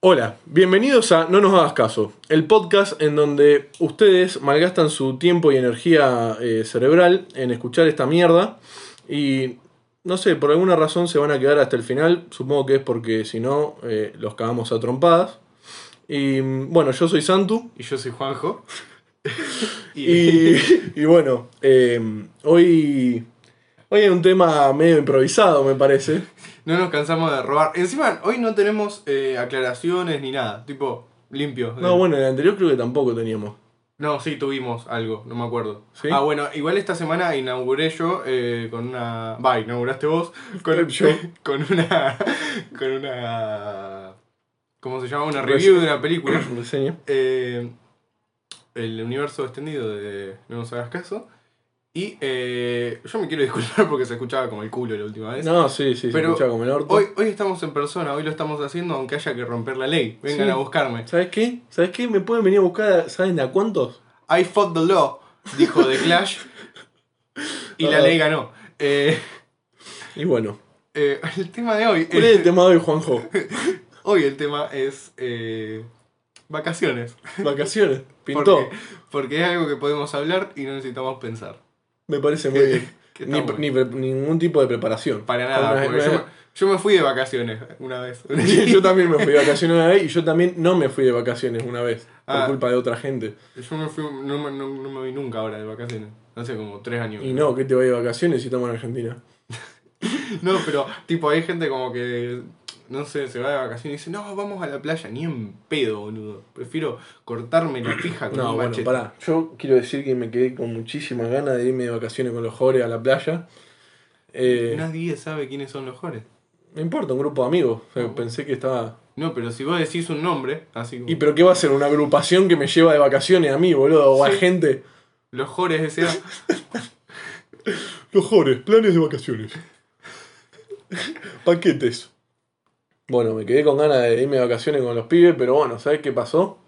Hola, bienvenidos a No nos hagas caso, el podcast en donde ustedes malgastan su tiempo y energía eh, cerebral en escuchar esta mierda y no sé, por alguna razón se van a quedar hasta el final, supongo que es porque si no eh, los cagamos a trompadas. Y mm, bueno, yo soy Santu Y yo soy Juanjo. y, y bueno, eh, hoy, hoy hay un tema medio improvisado me parece. No nos cansamos de robar. Encima, hoy no tenemos eh, aclaraciones ni nada. Tipo, limpio. No, Eh, bueno, en el anterior creo que tampoco teníamos. No, sí, tuvimos algo, no me acuerdo. ¿Sí? Ah, bueno, igual esta semana inauguré yo eh, con una. Va, inauguraste vos. Con, Yo. con una. Con una. ¿Cómo se llama? Una review de una película. Reseña. Eh, el universo extendido de No nos hagas caso. Y eh, yo me quiero disculpar porque se escuchaba como el culo la última vez. No, sí, sí, se Pero escuchaba como el orto. Hoy, hoy estamos en persona, hoy lo estamos haciendo aunque haya que romper la ley. Vengan Sí. a buscarme. ¿Sabes qué? ¿Sabes qué? Me pueden venir a buscar, a- ¿saben a cuántos? I fought the law, dijo The Clash. y la Ah. ley ganó. Eh, Y bueno, eh, el tema de hoy. ¿cuál es el tema de hoy, Juanjo? Hoy el tema es eh, vacaciones. Vacaciones. Pintó. Porque, porque es algo que podemos hablar y no necesitamos pensar. Me parece muy bien. Que está Ni, bueno. ni pre- ningún tipo de preparación. Para nada, Una- porque una- yo, me- yo me fui de vacaciones una vez. yo también me fui de vacaciones una vez y yo también no me fui de vacaciones una vez. Por Ah. culpa de otra gente. Yo me fui, no, me- no- no me vi nunca ahora de vacaciones. Hace como tres años. Y no, que te voy de vacaciones si estamos en Argentina. No, pero tipo hay gente como que, no sé, se va de vacaciones y dice, no, vamos a la playa, ni en pedo, boludo. Prefiero cortarme la pija Ah, con No, un bueno, machete. pará. Yo quiero decir que me quedé con muchísimas ganas de irme de vacaciones con los jores a la playa. Eh, Nadie sabe quiénes son los jores. No importa, un grupo de amigos. O sea, No. Pensé que estaba. No, pero si vos decís un nombre, así como, ¿Y pero qué va a ser? ¿Una agrupación que me lleva de vacaciones a mí, boludo? ¿O a Sí. gente? los jores decía, Los jores, planes de vacaciones. Paquetes. Bueno, me quedé con ganas de irme de vacaciones con los pibes, pero bueno, ¿sabes qué pasó?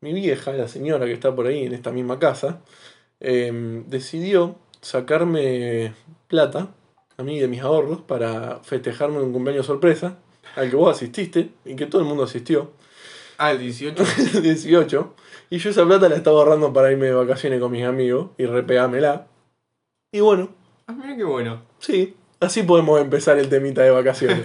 Mi vieja, la señora que está por ahí en esta misma casa, eh, decidió sacarme plata a mí de mis ahorros para festejarme un cumpleaños sorpresa al que vos asististe y que todo el mundo asistió. ah, el 18. 18. Y yo esa plata la estaba ahorrando para irme de vacaciones con mis amigos y repegármela. Y bueno, Ah, mira qué bueno. sí, así podemos empezar el temita de vacaciones.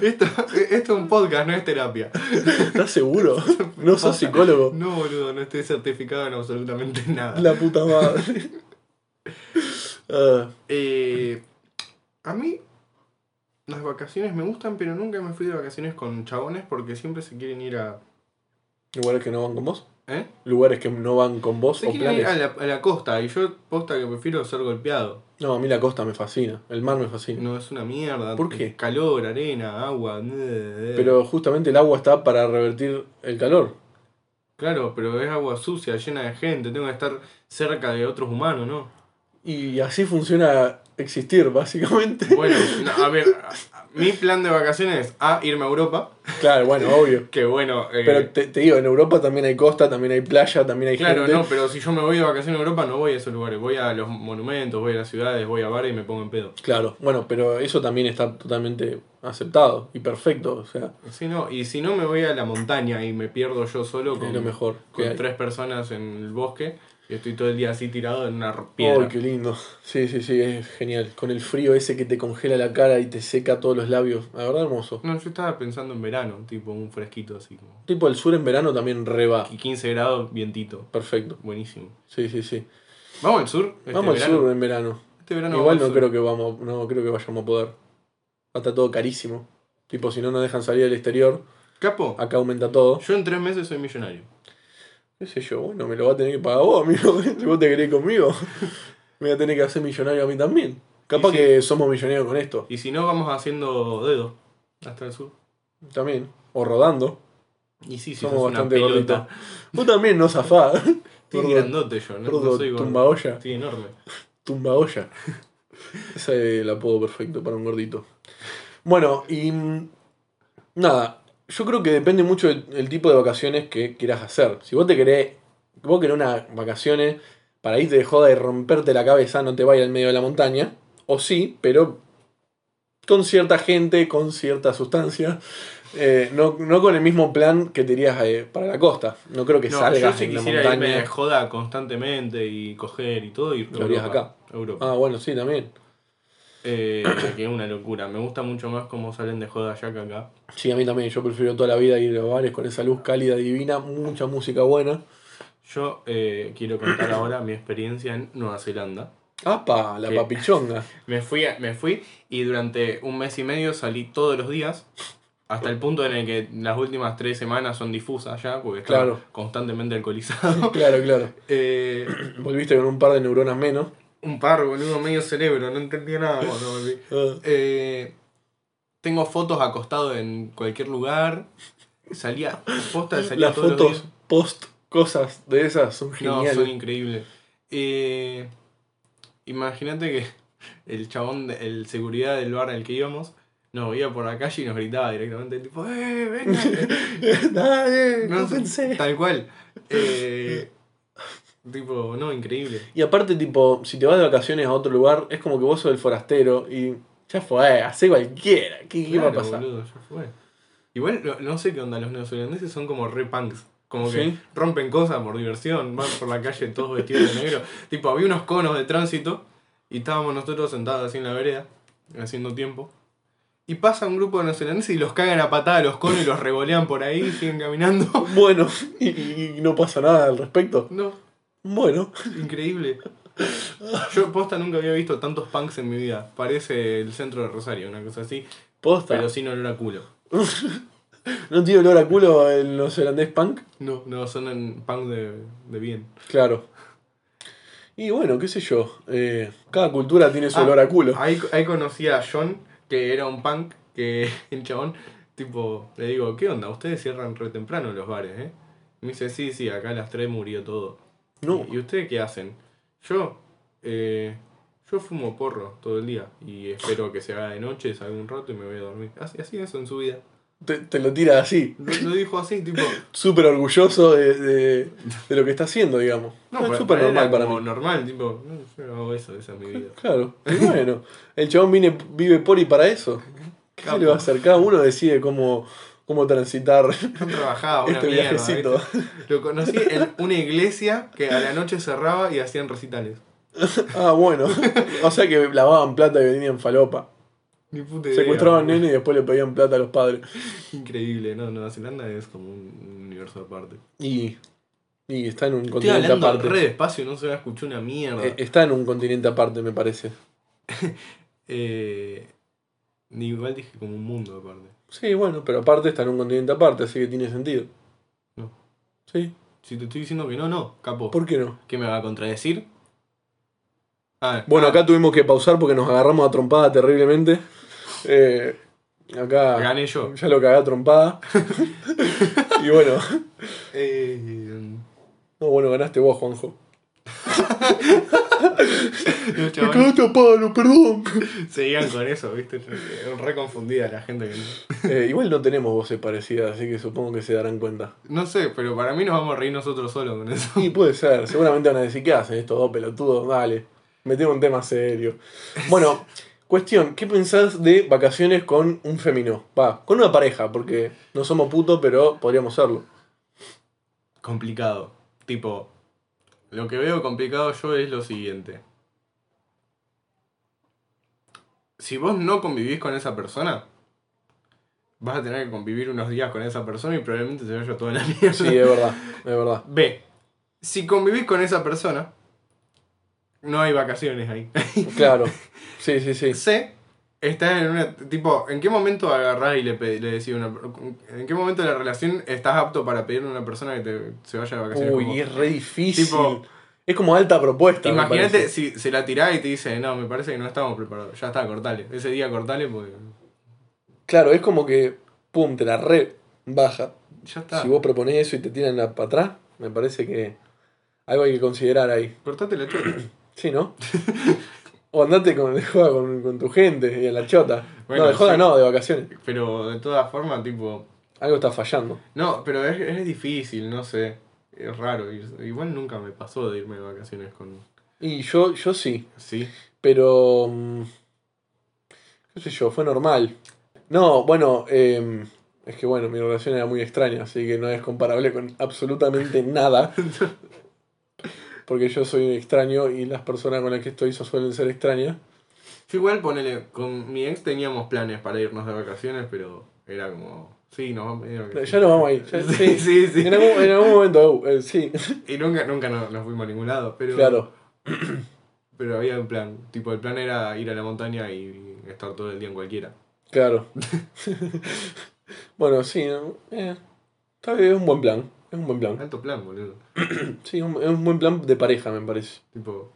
Esto, esto es un podcast, no es terapia. ¿Estás seguro? ¿No sos psicólogo? No, boludo, no estoy certificado en absolutamente nada. La puta madre. Ah, Eh, a mí las vacaciones me gustan, pero nunca me fui de vacaciones con chabones porque siempre se quieren ir a... ¿Lugares que no van con vos? ¿Eh? ¿Lugares que no van con vos Se o quieren ir planes? a la, a la costa y yo posta que prefiero ser golpeado. No, a mí la costa me fascina. El mar me fascina. No, es una mierda. ¿Por qué? Calor, arena, agua. bleh. Pero justamente el agua está para revertir el calor. Claro, pero es agua sucia, llena de gente. Tengo que estar cerca de otros humanos, ¿no? Y así funciona existir, básicamente. Bueno, no, a ver, a- a- mi plan de vacaciones es A, irme a Europa. Claro, bueno, obvio. Que bueno... eh, Pero te, te digo, en Europa también hay costa, también hay playa, también hay Claro, gente. no, pero si yo me voy de vacaciones a Europa no voy a esos lugares, voy a los monumentos, voy a las ciudades, voy a bares y me pongo en pedo. Claro, bueno, pero eso también está totalmente aceptado y perfecto. O sea, Sí, no, y si no me voy a la montaña y me pierdo yo solo es con, lo mejor que con hay. tres personas en el bosque y estoy todo el día así tirado en una piedra. ¡Ay, qué lindo! Sí, sí, sí, es genial. Con el frío ese que te congela la cara y te seca todos los labios. La verdad, hermoso. No, yo estaba pensando en verano, tipo un fresquito así como. Tipo, el sur en verano también reba. y 15 grados, vientito. Perfecto. Buenísimo. Sí, sí, sí. ¿Vamos al sur? Este vamos verano? al sur en verano. Este verano Igual vamos no al sur. creo que vamos, no creo que vayamos a poder. Está todo carísimo. Tipo, si no nos dejan salir al exterior, Capo, acá aumenta todo. yo en tres meses soy millonario. ¿Qué sé yo? Bueno, me lo va a tener que pagar vos, amigo. Si vos te querés ir conmigo, me voy a tener que hacer millonario a mí también. Capaz Y sí. que somos millonarios con esto. Y si no, vamos haciendo dedo hasta el sur. También. O rodando. Y sí, si somos sos una bastante gorditos. pelota. Vos también no zafás. Estoy Gordo- grandote yo, no, gordo no soy gordo. tumbaolla. Estoy enorme. Tumbaolla. Ese es el apodo perfecto para un gordito. Bueno, y. mm, Nada. Yo creo que depende mucho del, del tipo de vacaciones que quieras hacer. Si vos te querés. Vos querés unas vacaciones para irte de joda y romperte la cabeza, no te vayas al medio de la montaña. O sí, pero. Con cierta gente, con cierta sustancia. Eh, no, no con el mismo plan que te irías eh, para la costa. No creo que No, yo salgas si en la quisiera irme de montaña. joda constantemente y coger y todo, y Lo harías acá. Europa. Ah, bueno, sí, también. Eh, que es una locura. Me gusta mucho más cómo salen de joda allá que acá. Sí, a mí también. Yo prefiero toda la vida ir a los bares con esa luz cálida, divina, mucha música buena. Yo eh, quiero contar ahora mi experiencia en Nueva Zelanda. ¡Apa! La Sí. papichonga. Me fui, a- me fui y durante un mes y medio salí todos los días. Hasta el punto en el que las últimas tres semanas son difusas ya, porque estaba Claro. constantemente alcoholizado. Claro, claro. Eh, Volviste con un par de neuronas menos. un par, boludo, medio cerebro, no entendía nada cuando volví. Ah, Eh, tengo fotos acostado en cualquier lugar. Salía, posta, salía Las todos fotos los post cosas de esas son días. No, geniales. son increíbles. Eh, Imagínate que el chabón, de- el seguridad del bar al que íbamos, nos veía por la calle y nos gritaba directamente, tipo, ¡eh, vengan! Dale, No, cópense. tal cual. Eh, tipo, no, increíble. Y aparte, tipo, si te vas de vacaciones a otro lugar, es como que vos sos el forastero y ya fue, hace cualquiera. ¿Qué, qué va a Claro, pasar? boludo, ya fue. Igual no- no sé qué onda, los neozelandeses son como re punks. Como que Sí. rompen cosas por diversión, van por la calle todos vestidos de negro. tipo, había unos conos de tránsito y estábamos nosotros sentados así en la vereda, haciendo tiempo. Y pasa un grupo de neozelandeses y los cagan a patada a los conos y los revolean por ahí y siguen caminando. Bueno, y, y- y no pasa nada al respecto. No, Bueno, increíble. Yo posta nunca había visto tantos punks en mi vida. Parece el centro de Rosario, una cosa así, posta. pero sin olor a culo. ¿No tiene olor a culo el neozelandés punk? No, no, son en punk de, de bien. Claro. Y bueno, qué sé yo. eh, cada cultura tiene su Ah, olor a culo. Ahí, ahí conocí a John, que era un punk, que el chabón, tipo, le digo, ¿qué onda? Ustedes cierran re temprano los bares, ¿eh? Me dice, sí, sí, acá a las 3 murió todo. No. ¿Y ustedes qué hacen? Yo, eh, yo fumo porro todo el día y espero que se haga de noche, salgo un rato y me voy a dormir. Así, así eso en su vida. Te, te lo tira así. Lo, lo dijo así, tipo... Súper orgulloso de, de- de lo que está haciendo, digamos. es pero súper era normal para mí. como Normal, tipo, no, yo no hago eso, esa es mi vida. Claro, y bueno, el chabón viene, vive por y para eso. ¿Qué Capo. le va a hacer? Cada uno decide cómo, cómo transitar No trabajaba, una este mierda, viajecito. ¿viste? Lo conocí en una iglesia que a la noche cerraba y hacían recitales. Ah, bueno. O sea que lavaban plata y venían falopa. Ni puta idea, Secuestraban ¿eh? boludo. nene y después le pedían plata a los padres. Increíble, no, Nueva Zelanda es como un un universo aparte. Y, y está en un Estoy continente hablando aparte. re despacio, no se va a escuchar una mierda. Eh, Está en un continente aparte, me parece. Eh, ni igual dije como un mundo aparte. Sí, bueno, pero aparte está en un continente aparte, así que tiene sentido. No. Sí, Si te estoy diciendo que no, no, capo. ¿por qué no? ¿Qué me va a contradecir? Ah, Bueno, acá tuvimos que pausar porque nos agarramos a trompada terriblemente. Eh, acá. ah, gané yo. Ya lo cagué a trompada. y bueno, Eh, no, bueno, ganaste vos, Juanjo. no, Me chabón, cagaste a palo, perdón. seguían con eso, viste. Re confundida la gente que Eh, igual no tenemos voces parecidas, así que supongo que se darán cuenta. No sé, pero para mí nos vamos a reír nosotros solos con eso. Y puede ser, seguramente van a decir, ¿qué hacen estos dos pelotudos? Dale, metemos un tema serio. Bueno, cuestión, ¿qué pensás de vacaciones con un femino? Va, con una pareja, porque no somos putos, pero podríamos serlo. Complicado. Tipo, lo que veo complicado yo es lo siguiente. Si vos no convivís con esa persona, vas a tener que convivir unos días con esa persona y probablemente se vaya toda la mierda. Sí, es verdad, es verdad. B. Si convivís con esa persona, no hay vacaciones ahí. Claro, sí, sí, sí. C. Estás en una. Tipo, ¿en qué momento agarrás y le, pe- le decís a una. ¿En qué momento de la relación estás apto para pedirle a una persona que te, se vaya de vacaciones? Uy, con vos? es re difícil. Tipo- es como alta propuesta. me Imagínate parece. si se la tirás y te dice, no, me parece que no estamos preparados. Ya está, cortale. Ese día cortale porque. Claro, es como que, pum, te la re baja. Ya está. Si vos proponés eso y te tiran la para atrás, me parece que algo hay que considerar ahí. Cortate la chota. Sí, ¿no? o andate con, de joda con, con tu gente y a la chota. Bueno, no, de joda sí. no, de vacaciones. Pero de todas formas, tipo. Algo está fallando. No, pero es, es difícil, no sé. Es raro. irse. Igual nunca me pasó de irme de vacaciones con. Y yo, yo sí, Sí. pero... mm, qué sé yo, fue normal. No, bueno, em, Es que bueno, mi relación era muy extraña, así que no es comparable con absolutamente nada. Porque yo soy un extraño y las personas con las que estoy suelen ser extrañas. Yo igual, ponele, con mi ex teníamos planes para irnos de vacaciones, pero era como, sí, nos vamos a ir. a Ya vacaciones". nos vamos ahí. ya- Sí, sí. sí, sí. En, algún, en algún momento, eh, sí. Y nunca, nunca nos, nos fuimos a ningún lado, pero, Claro. pero había un plan. Tipo, el plan era ir a la montaña y estar todo el día en cualquiera. Claro. bueno, sí, ¿no? Eh, está bien, es un buen plan. Es un buen plan. Alto plan, boludo. Sí, un- es un buen plan de pareja, me parece. Tipo,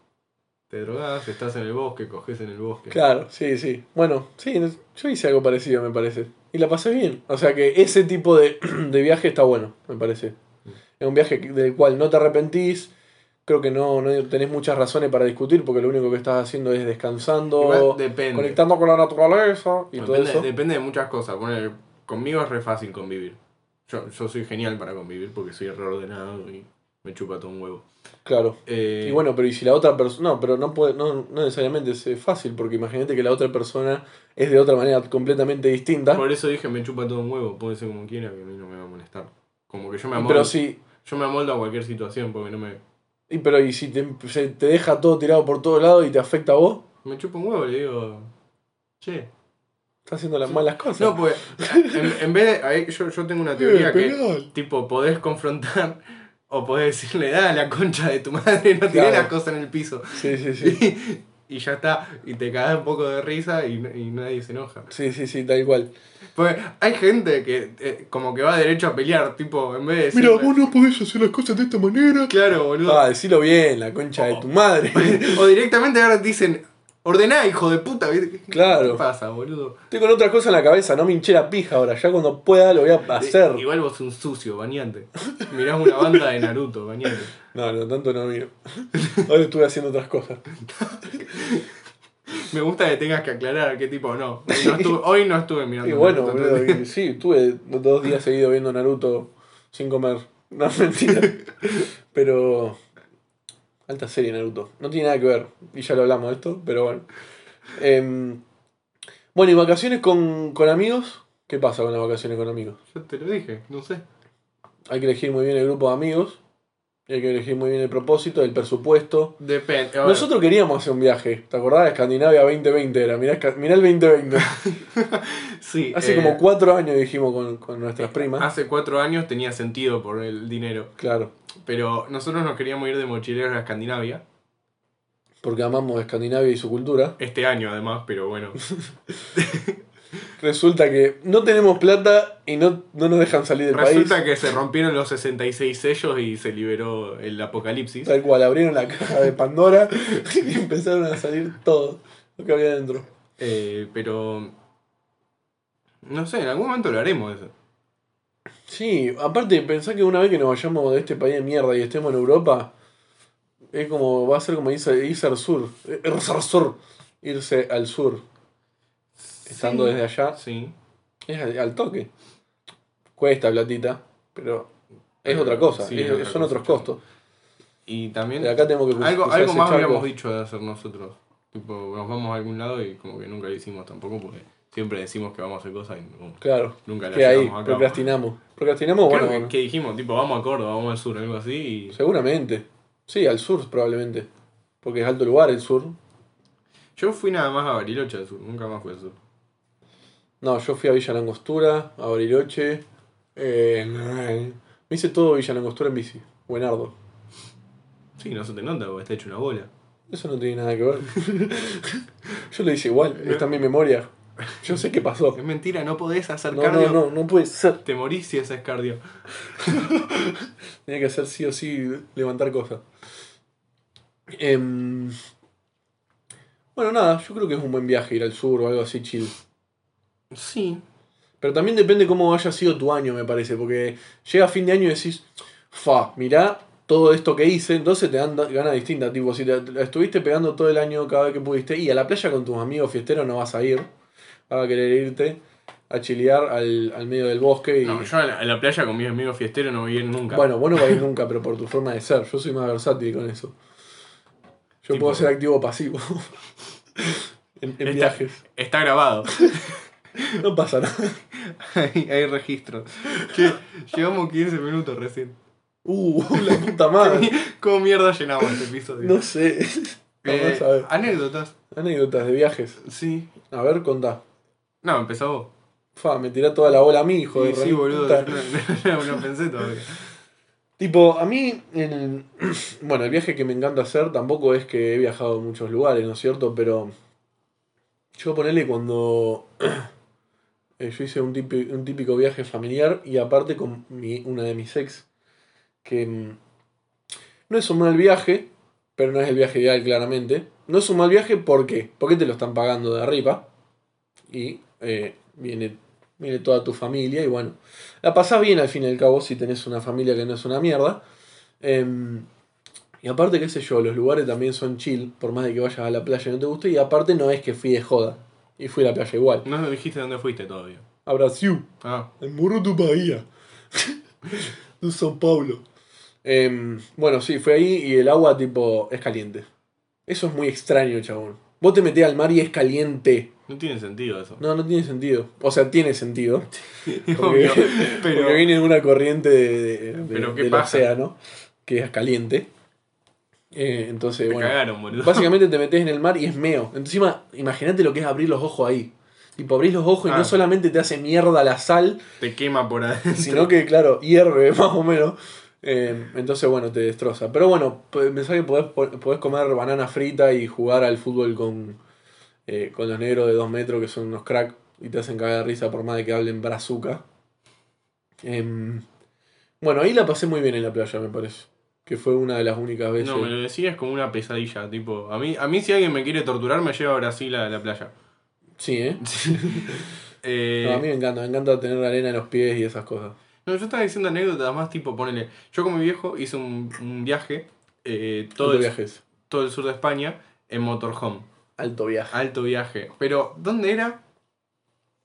te drogás, estás en el bosque, coges en el bosque. Claro, sí, sí. Bueno, sí, no- yo hice algo parecido, me parece. Y la pasé bien. O sea que ese tipo de, de viaje está bueno, me parece. Mm. Es un viaje que- del cual no te arrepentís. Creo que no, no tenés muchas razones para discutir porque lo único que estás haciendo es descansando, Igual depende. conectando con la naturaleza y todo depende, eso. depende de muchas cosas. Poner, conmigo es re fácil convivir. Yo, yo soy genial para convivir porque soy reordenado y me chupa todo un huevo. Claro. Eh, Y bueno, pero y si la otra persona. No, pero no, puede, no, no necesariamente es eh, fácil porque imagínate que la otra persona es de otra manera completamente distinta. Por eso dije, me chupa todo un huevo, puede ser como quiera, que a mí no me va a molestar. Como que yo me Y amoldo, pero si, yo me amoldo a cualquier situación porque no me... y pero y si te, se te deja todo tirado por todos lados y te afecta a vos. Me chupa un huevo, le digo... Che. Está haciendo las malas cosas. No, pues, en, en vez de... ahí yo, yo tengo Eh, una Eh, teoría que, tipo, podés confrontar o podés decirle, da la concha de tu madre, no tiré Claro. las cosas en el piso. Sí, sí, sí. Y, y ya está, y te cagás un poco de risa y, y nadie se enoja. Sí, sí, sí, tal cual. Pues hay gente que eh, como que va derecho a pelear, tipo, en vez de... Mira, decirle- vos no podés hacer las cosas de esta manera. Claro, boludo. Ah, decilo bien, la concha de tu madre. o directamente ahora te dicen, ordená, hijo de puta. ¿viste? Claro. ¿Qué pasa, boludo? Estoy con otra cosa en la cabeza, no me hinché la pija ahora. Ya cuando pueda lo voy a hacer. Eh, Igual vos un sucio, bañante. Mirás una banda de Naruto, bañante. No, no, tanto no mío. Ahora estuve haciendo otras cosas. Me gusta que tengas que aclarar qué tipo, no. Hoy no estuve, hoy no estuve mirando. Y bueno, Naruto, boludo, entonces- y sí, estuve dos días seguidos viendo Naruto sin comer. No, mentira. Pero. Alta serie Naruto. No tiene nada que ver. Y ya lo hablamos de esto, pero bueno. Em, bueno, ¿y vacaciones con, con amigos? ¿Qué pasa con las vacaciones con amigos? Yo te lo dije, no sé. Hay que elegir muy bien el grupo de amigos. y hay que elegir muy bien el propósito, el presupuesto. Depende. a ver, Nosotros queríamos hacer un viaje, ¿te acordás? Escandinavia 2020 era, mirá, Esca- mirá el 2020. sí, Hace eh, ah. como cuatro años dijimos con, con nuestras primas. Hace cuatro años tenía sentido por el dinero. Claro, Pero nosotros nos queríamos ir de mochileros a Escandinavia. porque amamos Escandinavia y su cultura. Este año, además, pero bueno. Resulta que no tenemos plata y no, no nos dejan salir del Resulta país. que se rompieron los 66 sellos y se liberó el apocalipsis. Tal cual, abrieron la caja de Pandora y empezaron a salir todo lo que había dentro. Eh, pero. No sé, en algún momento lo haremos eso. Sí, aparte, pensá que una vez que nos vayamos de este país de mierda y estemos en Europa, es como, va a ser como irse, irse al sur. Eh, irse al sur. Irse al sur. Estando Sí. desde allá, Sí. es al, al toque. Cuesta platita, pero es Pero, otra cosa. sí, es- es otra son cosa, otros claro. costos. Y también. De acá tenemos que cruz- Algo, cruzar algo ese más charco. habíamos dicho de hacer nosotros. Tipo, nos vamos a algún lado y como que nunca lo hicimos tampoco, porque siempre decimos que vamos a hacer cosas y no- Claro, nunca las que ahí llevamos a cabo. procrastinamos. Procrastinamos, Creo bueno, que, bueno, que dijimos, tipo, vamos a Córdoba, vamos al sur, algo así. Y... seguramente. Sí, al sur probablemente. Porque es alto lugar el sur. Yo fui nada más a Bariloche al sur, nunca más fui al sur. No, yo fui a Villa Langostura, a Bariloche. eh, me hice todo Villa Langostura en bici. Buenardo. Sí, no se te nota porque está hecho una bola. Eso no tiene nada que ver. yo lo hice igual, está en mi memoria. Yo sé qué pasó. Es mentira, no podés hacer No, cardio. no, no, no puede ser. Te morís si haces cardio. Tenía que hacer sí o sí levantar cosas. Em, bueno, nada, yo creo que es un buen viaje ir al sur o algo así chill. Sí. Pero también depende cómo haya sido tu año, me parece, porque llega fin de año y decís, fa, mirá todo esto que hice, entonces te dan da- ganas distintas, tipo, si te, la estuviste pegando todo el año cada vez que pudiste, y a la playa con tus amigos fiesteros no vas a ir, vas a querer irte a chilear al, al medio del bosque y... No, yo a la, a la playa con mis amigos fiesteros no voy a ir nunca. Bueno, vos no vas a ir nunca, pero por tu forma de ser, yo soy más versátil con eso. Yo Tipo- puedo ser activo o pasivo en, en Está- viajes. Está grabado. No pasa nada. hay, hay registro. Che, llevamos 15 minutos recién. Uh, la puta madre. ¿Cómo mierda llenamos este episodio? No sé. Eh, Vamos a ver. anécdotas. Anécdotas de viajes. Sí. A ver, contá. No, empezó vos. Fa, me tirá toda la bola a mí, hijo de Sí, re sí, boludo. puta. No, no pensé todavía. Tipo, a mí, el- bueno, el viaje que me encanta hacer tampoco es que he viajado a muchos lugares, ¿no es cierto? Pero yo ponele cuando eh, yo hice un típico, un típico viaje familiar y aparte con mi- una de mis ex, que mm, no es un mal viaje, pero no es el viaje ideal claramente. No es un mal viaje, ¿por qué? Porque te lo están pagando de arriba y eh, viene, viene toda tu familia y bueno. La pasás bien al fin y al cabo si tenés una familia que no es una mierda. Em, y aparte, qué sé yo, los lugares también son chill, por más de que vayas a la playa y no te guste. Y aparte no es que fui de joda. Y fui a la playa igual. No me dijiste dónde fuiste todavía. A Brasil, Ah, al Morro do Bahía. de São Paulo. Em, bueno, sí, fue ahí y el agua tipo es caliente. Eso es muy extraño, chabón. Vos te metés al mar y es caliente. no tiene sentido eso. No, no tiene sentido. O sea, tiene sentido. Obvio, Porque pero viene de una corriente de, de- de- Pero, ¿qué del pasa? océano que es caliente. Eh, entonces, te bueno. cagaron, boludo. Básicamente te metes en el mar y es meo. Encima, imagínate lo que es abrir los ojos ahí. Tipo, abrís los ojos y Ah. no solamente te hace mierda la sal, Te quema por adentro. sino que, claro, hierve más o menos. Eh, entonces, bueno, te destroza. Pero bueno, p- pensá que podés, po- podés comer banana frita y jugar al fútbol con, eh, con los negros de 2 metros que son unos crack y te hacen cagar de risa por más de que hablen brazuca. Em, bueno, ahí la pasé muy bien en la playa, me parece. Que fue una de las únicas veces. No, me lo decías como una pesadilla, tipo, a mí, a mí si alguien me quiere torturar me lleva a Brasil a la playa. Sí, ¿eh? Eh, No, a mí me encanta, me encanta tener arena en los pies y esas cosas. no, yo estaba diciendo anécdotas más tipo, ponele, yo con mi viejo hice un, un viaje, eh, todo, Alto el, viajes. todo el sur de España, en motorhome, Alto viaje. alto viaje. Pero, ¿dónde era?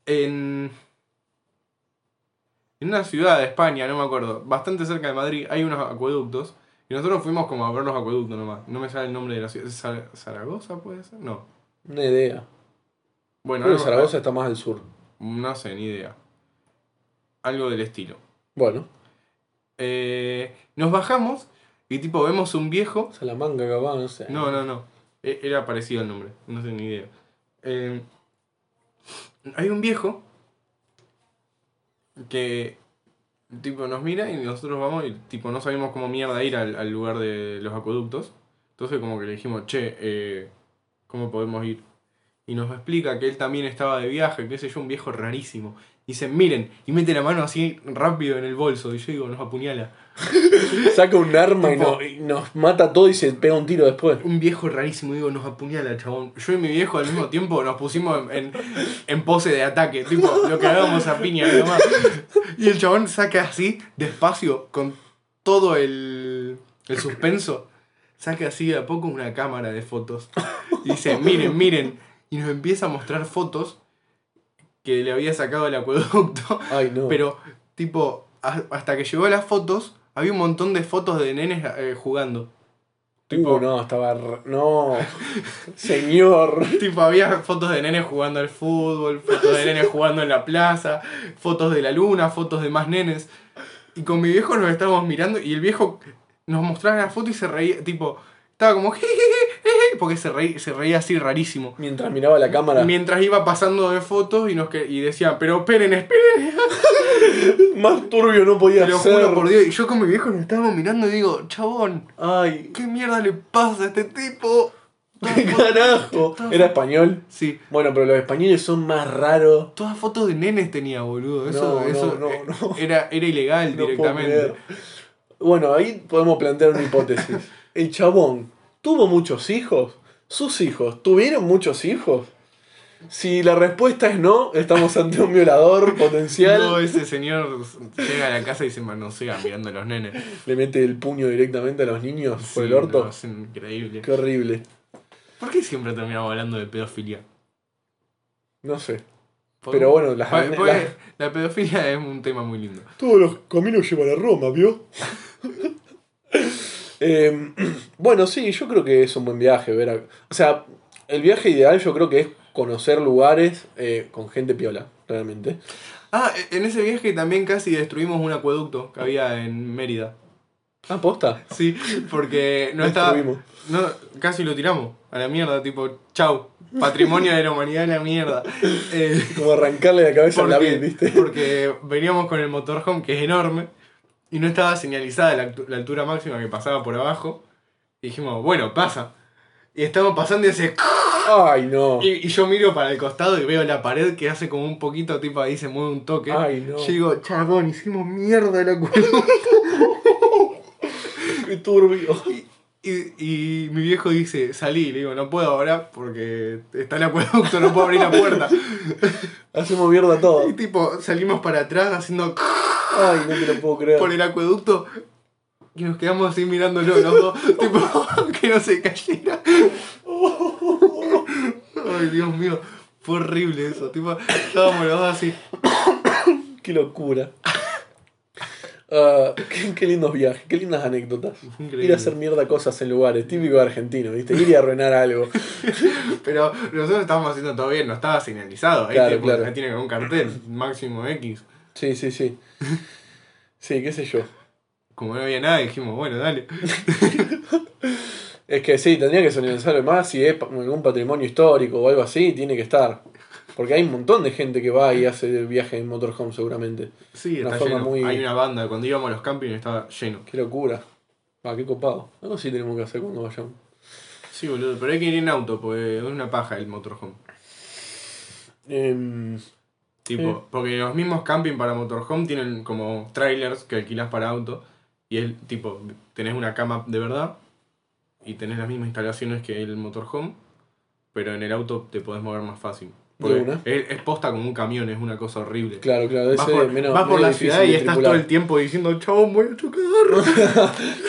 En... En una ciudad de España, no me acuerdo, bastante cerca de Madrid, hay unos acueductos. Y nosotros fuimos como a ver los acueductos nomás. No me sale el nombre de la ciudad. ¿Zar- ¿Zaragoza puede ser? No. Una idea. Bueno, Creo que algo- Zaragoza está más al sur. No sé, ni idea. Algo del estilo. Bueno, Eh, nos bajamos y tipo vemos un viejo. Salamanca capaz, no sé. No, no, no. E- Era parecido el nombre. No sé ni idea. Eh, hay un viejo que tipo nos mira y nosotros vamos y tipo no sabemos cómo mierda ir al, al lugar de los acueductos. Entonces como que le dijimos, che, eh, ¿cómo podemos ir? Y nos explica que él también estaba de viaje, qué sé yo, un viejo rarísimo. Dice, miren, y mete la mano así rápido en el bolso. Y yo digo, nos apuñala. Saca un arma y, Tipo- no- y nos mata todo y se pega un tiro después. Un viejo rarísimo, digo, nos apuñala, chabón. Yo y mi viejo al mismo tiempo nos pusimos en, en- en pose de ataque, tipo, lo cagábamos a piña y nomás. Y el chabón saca así, despacio, con todo el, el suspenso, saca así de a poco una cámara de fotos. Y dice, miren, miren. Y nos empieza a mostrar fotos que le había sacado el acueducto. Ay, no. Pero, tipo, a- hasta que llegó a las fotos, había un montón de fotos de nenes eh, jugando. tipo, tipo- no, estaba. re- No. Señor. Tipo, había fotos de nenes jugando al fútbol, fotos de nenes jugando en la plaza, fotos de la luna, fotos de más nenes. Y con mi viejo nos estábamos mirando y el viejo nos mostraba la foto y se reía, tipo, estaba como, "Je, je, je, je", porque se reía, se reía así rarísimo. Mientras miraba la cámara. Mientras iba pasando de fotos y, nos que- y decía, pero esperen, esperen, Más turbio no podía te lo ser. juro por Dios. Y yo con mi viejo nos estábamos mirando y digo, chabón, Ay, ¿qué mierda le pasa a este tipo? qué carajo. Era español. Sí, Bueno, pero los españoles son más raros. Todas fotos de nenes tenía, boludo. Eso, No, no, eso no, eh, no. Era, era ilegal No puedo directamente. creer. Bueno, ahí podemos plantear una hipótesis. El chabón tuvo muchos hijos. Sus hijos tuvieron muchos hijos. Si la respuesta es no, estamos ante un violador potencial. No, ese señor llega a la casa y se manosea mirando a los nenes. Le mete el puño directamente a los niños por el Sí, orto. no, es increíble. Qué horrible. ¿Por qué siempre terminamos hablando de pedofilia? No sé. ¿Podemos- Pero bueno, las- Pues- pues, las- La pedofilia es un tema muy lindo. Todos los caminos llevan a Roma, ¿vio? Em, Eh, bueno, sí, yo creo que es un buen viaje. Ver a- O sea, el viaje ideal yo creo que es conocer lugares eh, con gente piola, realmente. Ah, en ese viaje también casi destruimos un acueducto que había en Mérida. Ah, posta. Sí, porque no Lo estaba. destruimos. No, casi lo tiramos a la mierda, tipo, chau, patrimonio de la humanidad en la mierda. Eh, Como arrancarle la cabeza al porque, avión, ¿viste? porque veníamos con el motorhome que es enorme y no estaba señalizada la, actu- la altura máxima que pasaba por abajo. Y dijimos, bueno, pasa. Y estamos pasando y hace. Ay, no. Y, y yo miro para el costado y veo la pared que hace como un poquito, tipo ahí se mueve un toque. Ay, no. Yo digo, chabón, hicimos mierda la cueva. Qué turbio. Y, y mi viejo dice, salí, le digo, no puedo ahora porque está el acueducto, no puedo abrir la puerta. Hacemos mierda todo. Y tipo, salimos para atrás haciendo Ay, no te lo puedo creer. por el acueducto y nos quedamos así mirándolo los dos, tipo, que no se cayera. Ay, Dios mío, fue horrible eso, tipo, estábamos los dos así. Qué locura. Ah, qué, qué lindos viajes, qué lindas anécdotas. Increíble. Ir a hacer mierda cosas en lugares, típico de argentino, ¿viste? Ir y arruinar algo. Pero nosotros estábamos haciendo todo bien, no estaba señalizado, ahí Claro, tipo, claro. ya tiene un cartel, máximo X. Sí, sí, sí. Sí, qué sé yo. Como no había nada, dijimos, bueno, dale. Es que sí, tendría que solemnizarlo más si es pa- algún patrimonio histórico o algo así, tiene que estar. Porque hay un montón de gente que va y hace viaje en motorhome seguramente. Sí, Una está forma lleno. muy- Hay una banda, cuando íbamos a los campings estaba lleno. Qué locura. Ah, qué copado. Algo sí tenemos que hacer cuando vayamos. Sí, boludo, pero hay que ir en auto, porque es una paja el motorhome. Em, Tipo, Sí. porque los mismos camping para motorhome tienen como trailers que alquilas para auto. Y es tipo, tenés una cama de verdad y tenés las mismas instalaciones que el motorhome, pero en el auto te podés mover más fácil. De Porque una. es, es posta como un camión, es una cosa horrible. claro, claro, Vas ese por, es menos. vas por menos la difícil ciudad y de estás tripular. todo el tiempo diciendo, chabón, voy a chocar.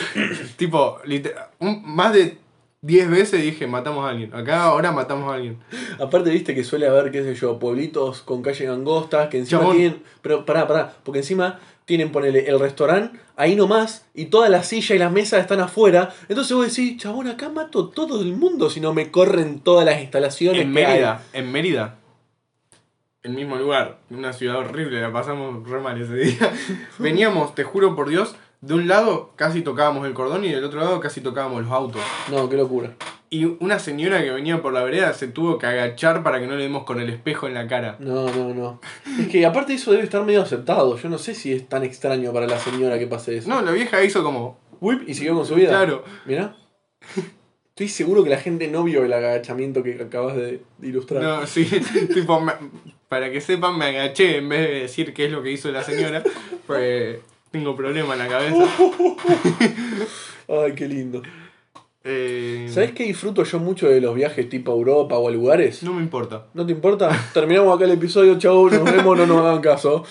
tipo, liter- un- más de 10 veces dije, matamos a alguien. Acá ahora matamos a alguien. Aparte, viste que suele haber, qué sé yo, pueblitos con calles angostas que encima Chabón. tienen. Pero pará, pará, porque encima tienen, ponele, el restaurante ahí nomás y todas las sillas y las mesas están afuera. Entonces vos decís, chabón, acá mato todo el mundo si no me corren todas las instalaciones. En que hay". Mérida, en Mérida. El mismo lugar, una ciudad horrible, la pasamos re mal ese día. Veníamos, te juro por Dios, de un lado casi tocábamos el cordón y del otro lado casi tocábamos los autos. No, qué locura. Y una señora que venía por la vereda se tuvo que agachar para que no le demos con el espejo en la cara. No, no, no. Es que aparte eso debe estar medio aceptado. Yo no sé si es tan extraño para la señora que pase eso. No, la vieja hizo como, Whip y siguió con su vida. claro. Mirá. Estoy seguro que la gente no vio el agachamiento que acabas de ilustrar. No, sí, tipo, me- para que sepan, me agaché en vez de decir qué es lo que hizo la señora, pues tengo problema en la cabeza. Ay, qué lindo. Eh, ¿Sabes qué disfruto yo mucho de los viajes tipo a Europa o a lugares? No me importa. ¿No te importa? Terminamos acá el episodio, chau, nos vemos, no nos hagan caso.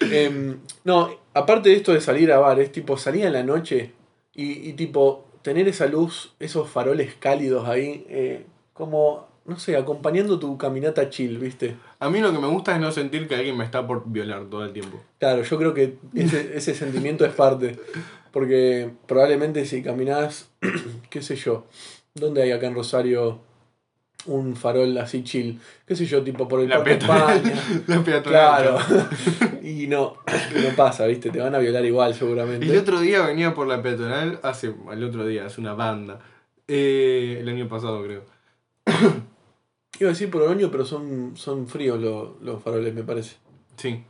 Em, no, aparte de esto de salir a bares, tipo salir a la noche y, y, tipo tener esa luz, esos faroles cálidos ahí, eh, como, no sé, acompañando tu caminata chill, ¿viste? A mí lo que me gusta es no sentir que alguien me está por violar todo el tiempo. Claro, yo creo que ese, ese sentimiento es parte. Porque probablemente si caminás, qué sé yo, ¿dónde hay acá en Rosario un farol así chill? ¿Qué sé yo, tipo por el La Parque peatonal. España? La peatonal. Claro. y no, no pasa, ¿viste? Te van a violar igual seguramente. El otro día venía por la peatonal, hace, el otro día, hace una banda. Eh, el año pasado creo. Iba a decir por Oroño, pero son, son fríos lo- los faroles, me parece. Sí.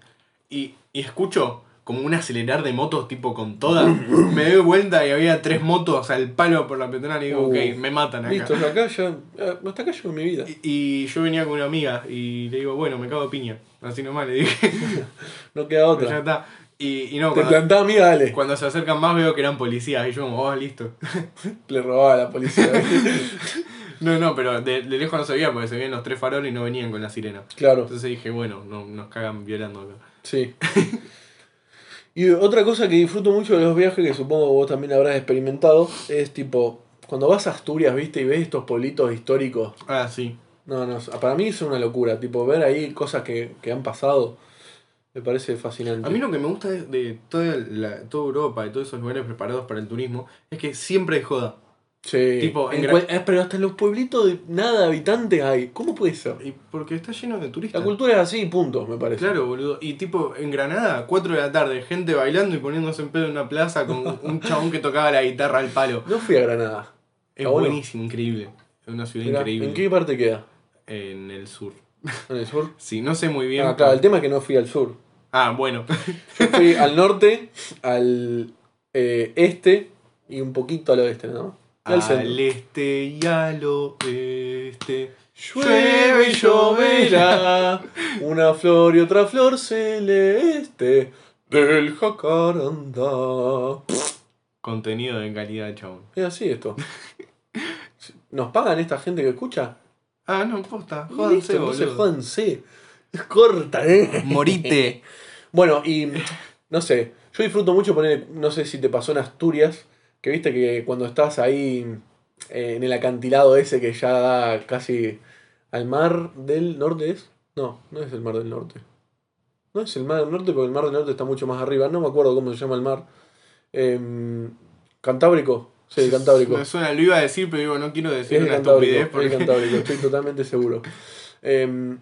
Y, y escucho como un acelerar de motos tipo con toda. me doy vuelta y había tres motos al palo por la peatonal y digo, Uh, ok, me matan acá. Listo, acá ya. eh, Hasta acá llegó mi vida. Y, y yo venía con una amiga y le digo, bueno, me cago de piña. Así nomás le dije, No queda ya otra. está. Y, y no, Te cuando, plantás, amiga, dale. cuando se acercan más veo que eran policías y yo como, oh, listo. Le robaba a la policía. ¿viste? No, no, pero de, de lejos no se veía porque se veían los tres faroles y no venían con la sirena. claro. Entonces dije, bueno, no, nos cagan violando acá. Sí. y otra cosa que disfruto mucho de los viajes, que supongo vos también habrás experimentado, es tipo, cuando vas a Asturias, viste, y ves estos pueblitos históricos. Ah, sí. No, no, para mí es una locura, tipo, ver ahí cosas que, que han pasado, me parece fascinante. A mí lo que me gusta de, de toda, la- toda Europa, de todos esos lugares preparados para el turismo, es que siempre hay joda. Sí. Tipo, En en cual- eh, pero hasta en los pueblitos de nada de habitantes hay. ¿Cómo puede ser? Y porque está lleno de La turistas. cultura es así, punto, me parece. Claro, boludo. Y tipo, en Granada, 4 de la tarde, gente bailando y poniéndose en pedo en una plaza con un chabón que tocaba la guitarra al palo. No fui a Granada. Es Ah, bueno. buenísimo, increíble. Es una ciudad Mirá, increíble. ¿En qué parte queda? En el sur. ¿En el sur? Sí, no sé muy bien. Ah, claro, el tema es que no fui al sur. Ah, bueno. Yo fui al norte, al eh, este y un poquito al oeste, ¿no? Y Ah, al centro. Al este y al oeste. Llueve y lloverá, una flor y otra flor celeste del jacarandá. Contenido de calidad, chabón. Es así esto. ¿Nos pagan esta gente que escucha? Ah, no, posta. Listo, Jódanse, entonces boludo. jódanse. Es corta, ¿eh? Morite. Bueno, y no sé, yo disfruto mucho poner, no sé si te pasó en Asturias, que viste que cuando estás ahí eh, en el acantilado ese que ya da casi al mar del norte es. No, no es el mar del norte. No es el mar del norte porque el mar del norte está mucho más arriba. No me acuerdo cómo se llama el mar. Em, Cantábrico. Sí, el Cantábrico. Me suena, lo iba a decir, pero digo, no quiero Es decir el una Cantábrico, estupidez es el porque. Cantábrico, estoy totalmente seguro. Em,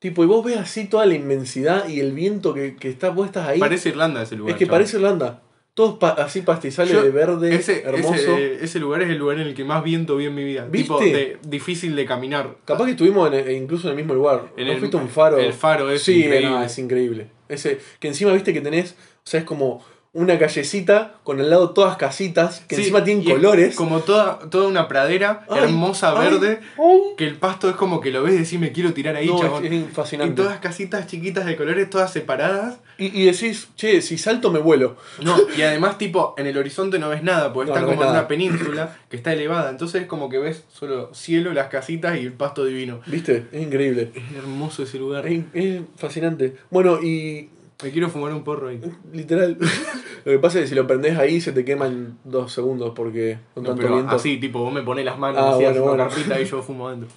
tipo, y vos ves así toda la inmensidad y el viento que, que está puestas ahí. Parece Irlanda ese lugar. es que chabón. parece Irlanda. Todos pa- así pastizales Yo- de verde, Ese, hermoso. ese, ese lugar es el lugar en el que más viento vi en mi vida. ¿Viste? Tipo, de- difícil de caminar. Capaz que estuvimos en- en- incluso en el mismo lugar. En ¿No el- fuiste a un faro? El faro es sí, increíble. no, es increíble. Ese, que encima viste que tenés, o sea, es como una callecita con al lado todas casitas, que Sí, encima tienen y es colores. Como toda, toda una pradera Ay, hermosa, ay, verde, ay. que el pasto es como que lo ves y decís, me quiero tirar ahí, No, es- chabón. es, Y fascinante. todas casitas chiquitas de colores, todas separadas. Y, y decís, che, si salto me vuelo. No, y además, tipo, en el horizonte no ves nada, porque No, está no como ves en nada. una península que está elevada. Entonces es como que ves solo cielo, las casitas y el pasto divino. ¿Viste? Es increíble. Es hermoso ese lugar. Es, es fascinante. Bueno, y Me quiero fumar un porro ahí. literal. lo que pasa es que si lo prendés ahí se te quema en dos segundos porque con No, tanto pero viento. así, tipo, vos me pones las manos Ah, así, bueno, haces una bueno. carpita y yo fumo adentro.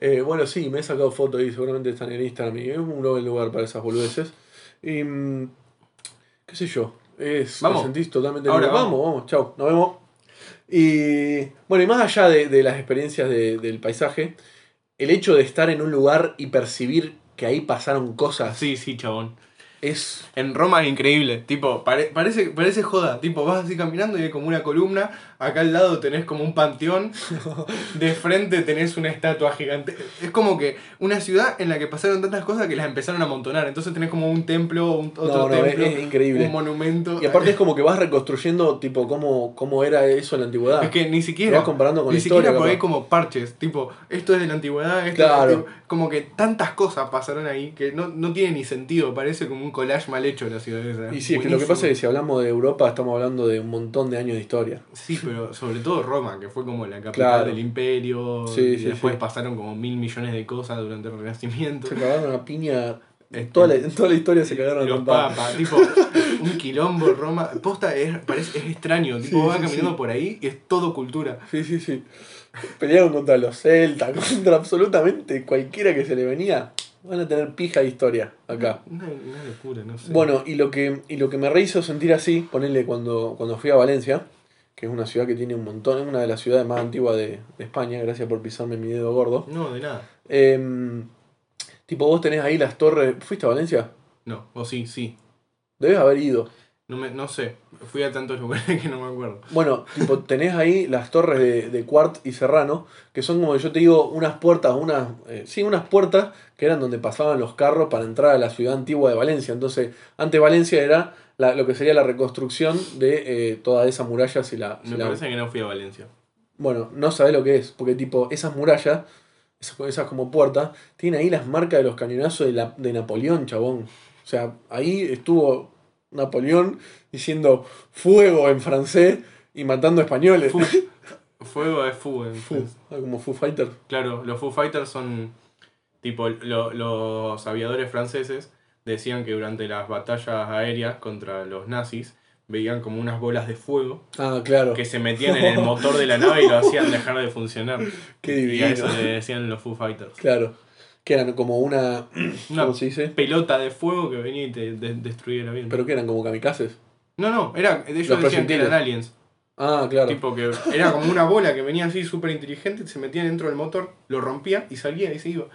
Eh, bueno, sí, me he sacado fotos y seguramente están en Instagram y es un buen lugar para esas boludeces. Y. mm, ¿Qué sé yo? Es, Vamos. Me sentís totalmente Ahora libre. vamos, vamos, chao, nos vemos. Y. Bueno, y más allá de, de las experiencias de- del paisaje, el hecho de estar en un lugar y percibir que ahí pasaron cosas Sí, sí, chabón. es. En Roma es increíble, tipo, pare- parece, parece joda, tipo, vas así caminando y hay como una columna, acá al lado tenés como un panteón, de frente tenés una estatua gigante. Es como que una ciudad en la que pasaron tantas cosas que las empezaron a amontonar, entonces tenés como un templo, un, otro no, no, es- templo, es increíble. un monumento. Y aparte es como que vas reconstruyendo, tipo, cómo, cómo era eso en la antigüedad. Es que ni Lo siquiera... vas comparando con ni la historia, siquiera por capaz. ahí como parches, tipo, esto es de la antigüedad, esto es de la Claro. antigüedad. como que tantas cosas pasaron ahí que no, no tiene ni sentido, parece como un collage mal hecho la ciudad esa. Y sí, es que lo que Buenísimo. pasa es que si hablamos de Europa, estamos hablando de un montón de años de historia. Sí, pero sobre todo Roma, que fue como la capital Claro. del imperio. Sí, y sí, después sí. pasaron como mil millones de cosas durante el Renacimiento. Se cagaron a piña. Este, Toda la, en toda la historia se cagaron a los trompadas. papas, tipo, un quilombo Roma. Posta es, parece, es extraño, tipo, Sí, vas sí, caminando sí. por ahí y es todo cultura. Sí, sí, sí. Pelearon contra los celtas, contra absolutamente cualquiera que se le venía. Van a tener pija de historia acá. Una, una locura, no sé. Bueno, y lo que, y lo que me re hizo sentir así, ponerle cuando, cuando fui a Valencia, que es una ciudad que tiene un montón, es una de las ciudades más antiguas de, de España, gracias por pisarme mi dedo gordo. No, de nada. Em, tipo, vos tenés ahí las torres. ¿Fuiste a Valencia? No, o sí, sí. Debes haber ido. No, me, no sé, fui a tantos lugares que no me acuerdo. Bueno, tipo, tenés ahí las torres de, de Quart y Serrano, que son como yo te digo, unas puertas, unas. eh, sí, unas puertas que eran donde pasaban los carros para entrar a la ciudad antigua de Valencia. Entonces, antes Valencia era la- lo que sería la reconstrucción de eh, toda esa muralla. Si la, si Me la- parece que no fui a Valencia. Bueno, no sabés lo que es, porque tipo, esas murallas, esas, esas como puertas, tienen ahí las marcas de los cañonazos de, la- de Napoleón, chabón. O sea, ahí estuvo Napoleón diciendo fuego en francés y matando españoles. Fu. Fuego es fútbol. Fu, ah, como Foo Fighter. Claro, los Foo Fighters son tipo lo- los aviadores franceses decían que durante las batallas aéreas contra los nazis veían como unas bolas de fuego Ah, claro. que se metían en el motor de la nave y lo hacían dejar de funcionar. Qué Y a eso divino. le decían los Foo Fighters. Claro. Que eran como una. Una ¿Cómo se dice? pelota de fuego que venía y te de- destruía el avión. Pero que eran como kamikazes. no, no, era, ellos Los decían que proyectiles. eran aliens. Ah, claro. Tipo que era como una bola que venía así súper inteligente, se metía dentro del motor, lo rompía y salía y se iba.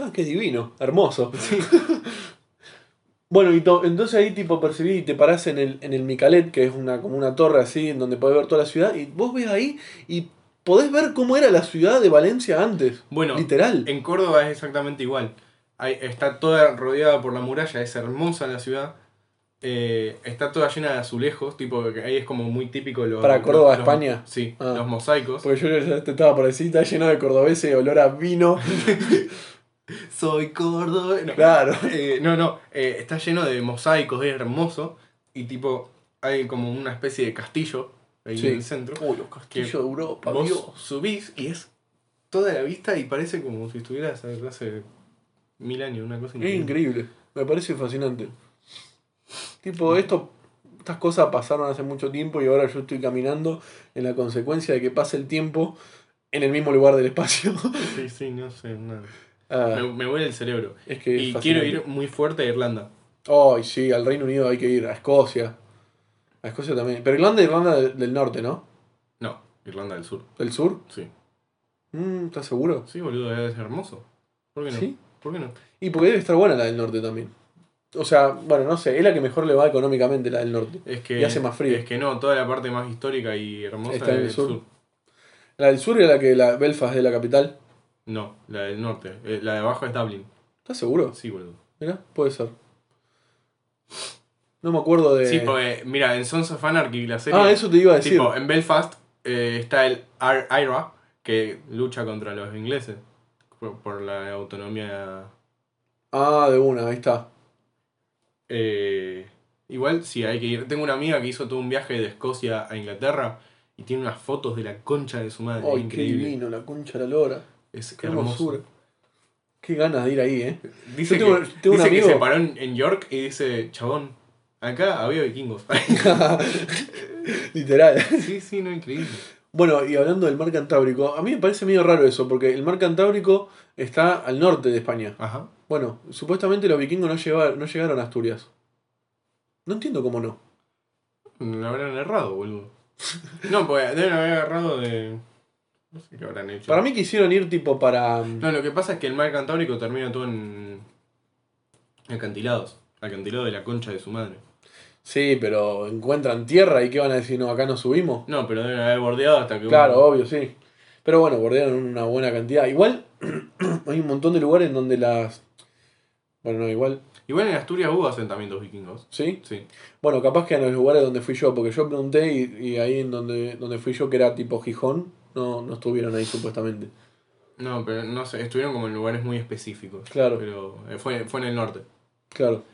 Ah, qué divino, hermoso. bueno, y to- entonces ahí tipo percibí y te parás en el, en el Micalet, que es una, como una torre así, en donde podés ver toda la ciudad, y vos ves ahí y podés ver cómo era la ciudad de Valencia antes. Bueno, eh, Literal. en Córdoba es exactamente igual. Ahí está toda rodeada por la muralla, es hermosa la ciudad. Eh, está toda llena de azulejos, tipo que ahí es como muy típico los. Para Córdoba, los- España. Sí, Ah. los mosaicos. Porque yo ya te estaba por decir, está lleno de cordobeses y olor a vino. Soy Córdoba. No. Pues- Claro. Eh, no, no, eh, está lleno de mosaicos, es hermoso. Y tipo, hay como una especie de castillo ahí Sí. en el centro. Uy, los castillos de Europa, Vos Dios. subís y es toda la vista y parece como si estuvieras hace mil años, una cosa Es increíble. increíble, me parece fascinante. Tipo, esto, estas cosas pasaron hace mucho tiempo y ahora yo estoy caminando en la consecuencia de que pase el tiempo en el mismo lugar del espacio. Sí, sí, no sé, nada. Ah, Me, me huele el cerebro. es que es y fascinante. quiero ir muy fuerte a Irlanda. Ay, sí, al Reino Unido hay que ir, a Escocia. A Escocia también. Pero Irlanda, Irlanda del, del norte, ¿no? No, Irlanda del Sur, ¿Del sur? sí. Mm, ¿Estás seguro? Sí, boludo, es hermoso. ¿Por qué no? ¿Sí? ¿Por qué no? Y porque debe estar buena la del norte también. O sea, bueno, no sé, es la que mejor le va económicamente la del norte. Es que, Y hace más frío. Es que no, toda la parte más histórica y hermosa Está en es el del sur. sur. La del sur es la que la Belfast de la capital. No, la del norte. Eh, la de abajo es Dublin. ¿Estás seguro? Sí, boludo. Mirá, puede ser. No me acuerdo de. Sí, porque, mira, en Sons of Anarchy, la serie. ah, eso te iba a decir. Tipo, en Belfast eh, está el Ar- IRA, que lucha contra los ingleses por, por la autonomía. Ah, de una, ahí está. eh, igual, sí, hay que ir. Tengo una amiga que hizo todo un viaje de Escocia a Inglaterra y tiene unas fotos de la concha de su madre. Ay, qué Ah, increíble. divino, la concha de la lora. Es Qué hermoso. hermosura. Qué ganas de ir ahí, eh. Dice, Yo tengo- que, tengo un dice que amigo- se paró en, en York y dice, chabón, acá había vikingos. Literal. sí, sí, no, increíble. Bueno, y hablando del mar Cantábrico, a mí me parece medio raro eso, porque el mar Cantábrico está al norte de España. Ajá. Bueno, supuestamente los vikingos no, lleva- no llegaron a Asturias. No entiendo cómo no. Lo habrán errado, boludo. No, pues deben haber agarrado de... No sé qué habrán hecho. Para mí quisieron ir tipo para. mm, No, lo que pasa es que el mar Cantábrico termina todo en acantilados. Acantilado de la concha de su madre. Sí, pero encuentran tierra y qué van a decir, no, acá no subimos. No, pero deben haber bordeado hasta que... Claro, uno- obvio, sí. Pero bueno, guardaron una buena cantidad. Igual hay un montón de lugares en donde las... Bueno, no, igual, Igual en Asturias hubo asentamientos vikingos. ¿sí? Sí. Bueno, capaz que en los lugares donde fui yo, porque yo pregunté y, y ahí en donde, donde fui yo, que era tipo Gijón, no, no estuvieron ahí supuestamente. No, pero no sé, estuvieron como en lugares muy específicos. Claro. Pero eh, fue, fue en el norte. Claro.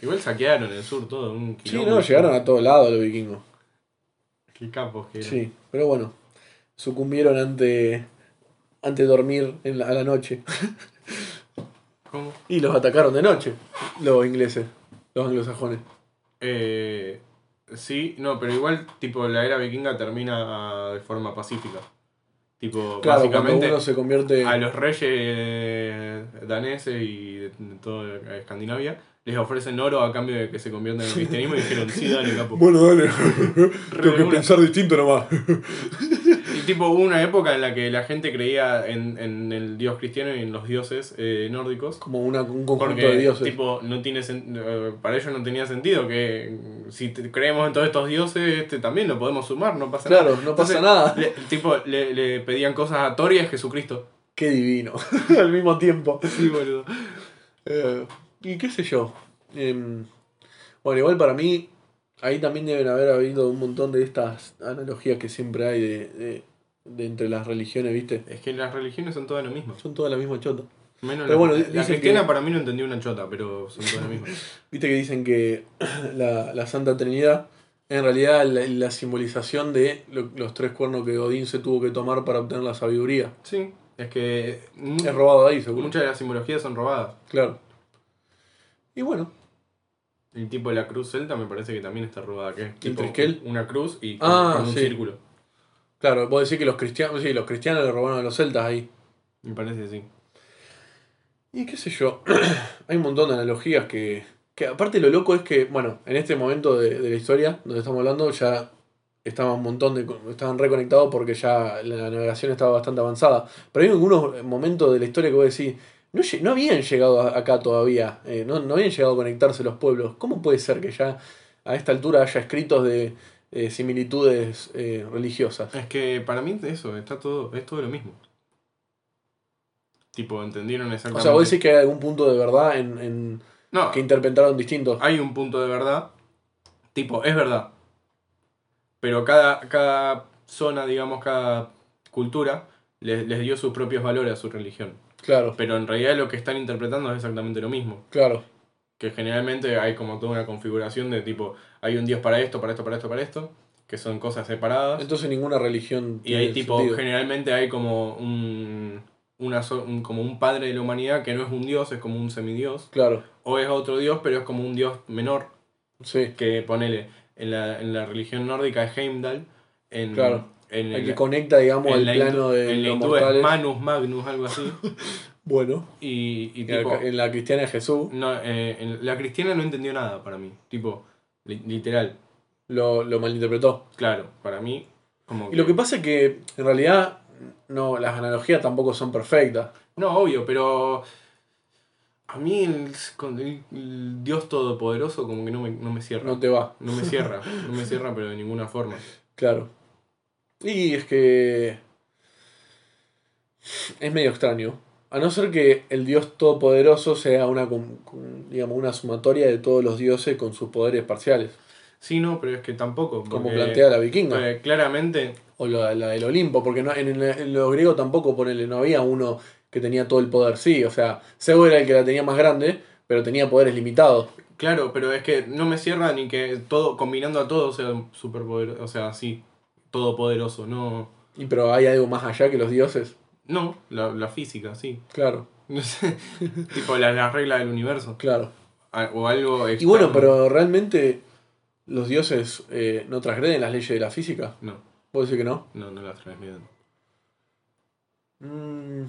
Igual saquearon el sur todo, un Sí, kilómetro. no, llegaron a todos lados los vikingos. Qué capos que eran. Sí, pero bueno, sucumbieron ante, ante dormir en la- a la noche. ¿Cómo? Y los atacaron de noche, los ingleses, los anglosajones. Eh, sí, no, pero igual, tipo, la era vikinga termina ah, de forma pacífica. Tipo, Claro, cuando básicamente... uno se convierte... a los reyes daneses y de, de toda Escandinavia les ofrecen oro a cambio de que se conviertan en cristianismo y dijeron, sí, dale, capo. Bueno, dale. Re de una. distinto nomás. Y tipo, hubo una época en la que la gente creía en, en el dios cristiano y en los dioses eh, nórdicos. Como una- un conjunto Porque, de dioses. tipo, no tiene sen- eh, para ellos no tenía sentido que mm, si te- creemos en todos estos dioses, este también lo podemos sumar, no pasa nada. claro, no pasa Entonces, nada. Le- tipo, le, le pedían cosas a Thor y a Jesucristo. Qué divino. Al mismo tiempo. Sí, boludo. Eh, y qué sé yo. Em, bueno, igual para mí, ahí también deben haber habido un montón de estas analogías que siempre hay de, de- de entre las religiones, ¿viste? Es que las religiones son todas lo mismo. Son todas la misma chota. Menos Pero la, bueno, la dicen cristiana que- para mí no entendí una chota, pero son todas las mismas. Viste que dicen que la, la Santa Trinidad, en realidad, la, la simbolización de lo- los tres cuernos que Odín se tuvo que tomar para obtener la sabiduría. Sí, es que mu- Es robado de ahí, seguro. muchas de las simbologías son robadas. Claro. Y bueno, El tipo de la cruz celta me parece que también está robada, que es tipo trisquel? una cruz y con, Ah, con un sí. círculo. claro, vos decís que los cristianos, sí, los cristianos le robaron a los celtas ahí. Me parece que sí. Y qué sé yo, hay un montón de analogías que, que aparte lo loco es que, bueno, en este momento de, de la historia donde estamos hablando ya estaba un montón de. estaban reconectados porque ya la navegación estaba bastante avanzada. Pero hay algunos momentos de la historia que vos decís. No, lle- no habían llegado a- acá todavía, eh, no, no habían llegado a conectarse los pueblos. ¿Cómo puede ser que ya a esta altura haya escritos de eh, similitudes eh, religiosas? Es que para mí eso, está todo, es todo lo mismo. Tipo, entendieron O exactamente. sea, vos decís que hay algún punto de verdad en, en- No, que interpretaron distintos. hay un punto de verdad. Tipo, es verdad. Pero cada, cada zona, digamos, cada cultura les, les dio sus propios valores a su religión. Claro, Pero en realidad lo que están interpretando es exactamente lo mismo. claro. Que generalmente hay como toda una configuración de tipo, hay un dios para esto, para esto, para esto, para esto, que son cosas separadas. Entonces ninguna religión. Y hay tipo, sentido. generalmente hay como un, una so- un- como un padre de la humanidad que no es un dios, es como un semidios. Claro, O es otro dios, pero es como un dios menor. sí. Que ponele, en la, en la religión nórdica es Heimdall. En, Claro. en El el- que conecta, digamos, en al la plano hindú- de en la los hindú es mortales. Manus Magnus, algo así. Bueno, Y, y en la- tipo, en la cristiana de Jesús no, eh, en- la cristiana no entendió nada para mí. Tipo, li- literal. lo, lo malinterpretó. Claro, para mí, como Y lo que pasa es que en realidad no, las analogías tampoco son perfectas. No, obvio, pero a mí el, con el- el Dios Todopoderoso como que no me, no me cierra. No No, te va, me cierra, no me cierra, pero de ninguna forma. claro. Y es que es medio extraño. A no ser que el dios todopoderoso sea una, com- com- digamos, una sumatoria de todos los dioses con sus poderes parciales. Sí, no, pero es que tampoco. Como porque, plantea la vikinga. eh, claramente, O la, la del Olimpo, porque no, en, en, en lo griego tampoco ponele, no había uno que tenía todo el poder, sí, o sea, Zeus era el que la tenía más grande, pero tenía poderes limitados. claro, pero es que no me cierra ni que todo, combinando a todo sea superpoderoso, o sea, sí, todopoderoso, no. Y pero hay algo más allá que los dioses, No, la, la física, sí. claro, No sé, tipo la- las reglas del universo. claro. a- O algo Y bueno, externo. pero realmente los dioses eh, no transgreden las leyes de la física, No, ¿puedo decir que no? no, no las transmiten. Mm,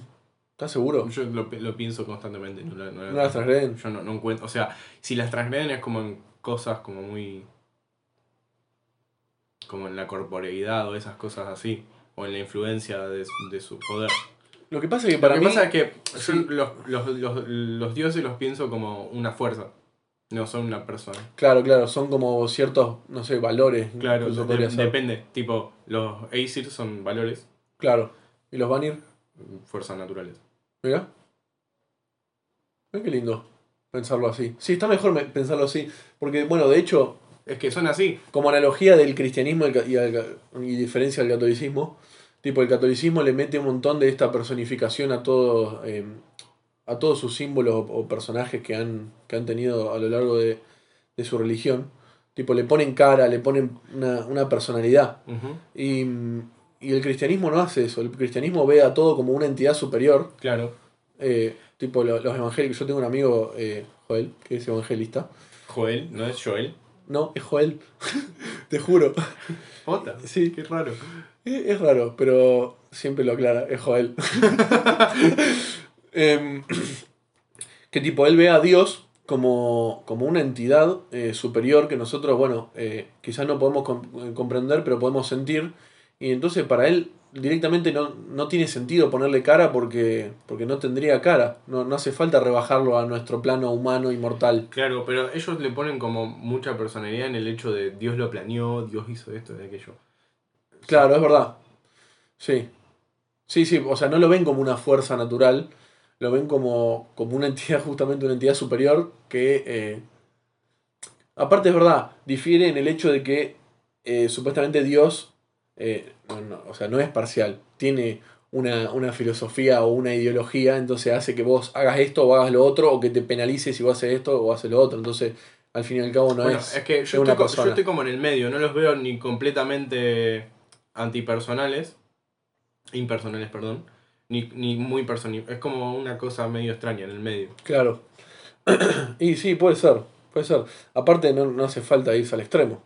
¿Estás seguro? Yo lo, pi- lo pienso constantemente. No, la- no la- No las transgreden. Yo no, no encuentro. O sea, si las transgreden es como en cosas como muy. como en la corporeidad o esas cosas así. O en la influencia de, su- de su poder. Lo que pasa es que Lo para que mí... pasa es que yo sí. los, los, los, los dioses los pienso como una fuerza. No son una persona. Claro, claro, son como ciertos, no sé, valores. Claro, incluso de- podría ser. depende. Tipo, los Aesir son valores, Claro. ¿Y los Vanir? fuerzas naturales. Mira. Mira qué lindo pensarlo así. Sí, está mejor me- pensarlo así. Porque, bueno, de hecho, Es que son así. como analogía del cristianismo y, al ca- y al ca- y diferencia del catolicismo, tipo, el catolicismo le mete un montón de esta personificación a todos, eh, a todos sus símbolos o, o personajes que han, que han tenido a lo largo de, de su religión. Tipo, le ponen cara, le ponen una, una personalidad. Ujú, Y, y el cristianismo no hace eso. El cristianismo ve a todo como una entidad superior. Claro. Eh, tipo lo- los evangélicos. Yo tengo un amigo, eh, Joel, que es evangelista. Joel, no es Joel. No, es Joel. Te juro. Jota. Sí, Qué raro. es, Eh, es raro, pero siempre lo aclara, es Joel. Em, que tipo, él ve a Dios como, como una entidad eh, superior que nosotros, bueno, eh, quizás no podemos com- eh, comprender, pero podemos sentir. Y entonces para él directamente no, no tiene sentido ponerle cara porque, porque no tendría cara. No, no hace falta rebajarlo a nuestro plano humano y mortal. Claro, pero ellos le ponen como mucha personalidad en el hecho de Dios lo planeó, Dios hizo esto y aquello. Claro, es verdad. Sí. Sí, sí, o sea, no lo ven como una fuerza natural, lo ven como, como una entidad, justamente una entidad superior que... eh, Aparte es verdad, difiere en el hecho de que eh, supuestamente Dios, eh, no, no, o sea, no es parcial, tiene una, una filosofía o una ideología, entonces hace que vos hagas esto o hagas lo otro, o que te penalices si vos haces esto o haces lo otro, entonces al fin y al cabo no bueno, es... es, que yo, una estoy, co- yo persona. estoy como en el medio, no los veo ni completamente antipersonales, impersonales, perdón, ni, ni muy personales. Es como una cosa medio extraña en el medio. Claro. y sí, puede ser, puede ser. Aparte no, no hace falta irse al extremo.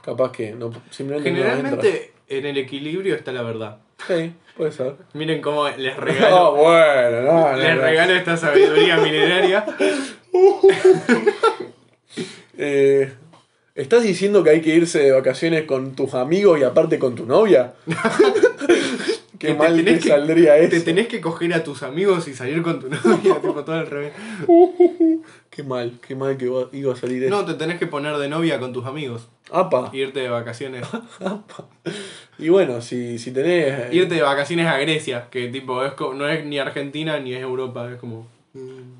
Capaz que no, simplemente no entra. Generalmente en el equilibrio está la verdad. Sí, puede ser. Miren cómo les Ah, regalo, bueno, no, no, les no. regalo esta sabiduría milenaria. Eh, ¿Estás diciendo que hay que irse de vacaciones con tus amigos y aparte con tu novia? Qué Que te mal tenés te que- saldría Te eso. tenés que coger a tus amigos y salir con tu novia, tipo todo al revés. Qué mal, qué mal que va- iba a salir eso. No, te tenés que poner de novia con tus amigos. Apa, Irte de vacaciones. apa. Y bueno, si, si tenés. eh, Irte de vacaciones a Grecia, que tipo es co- no es ni Argentina ni es Europa, es como.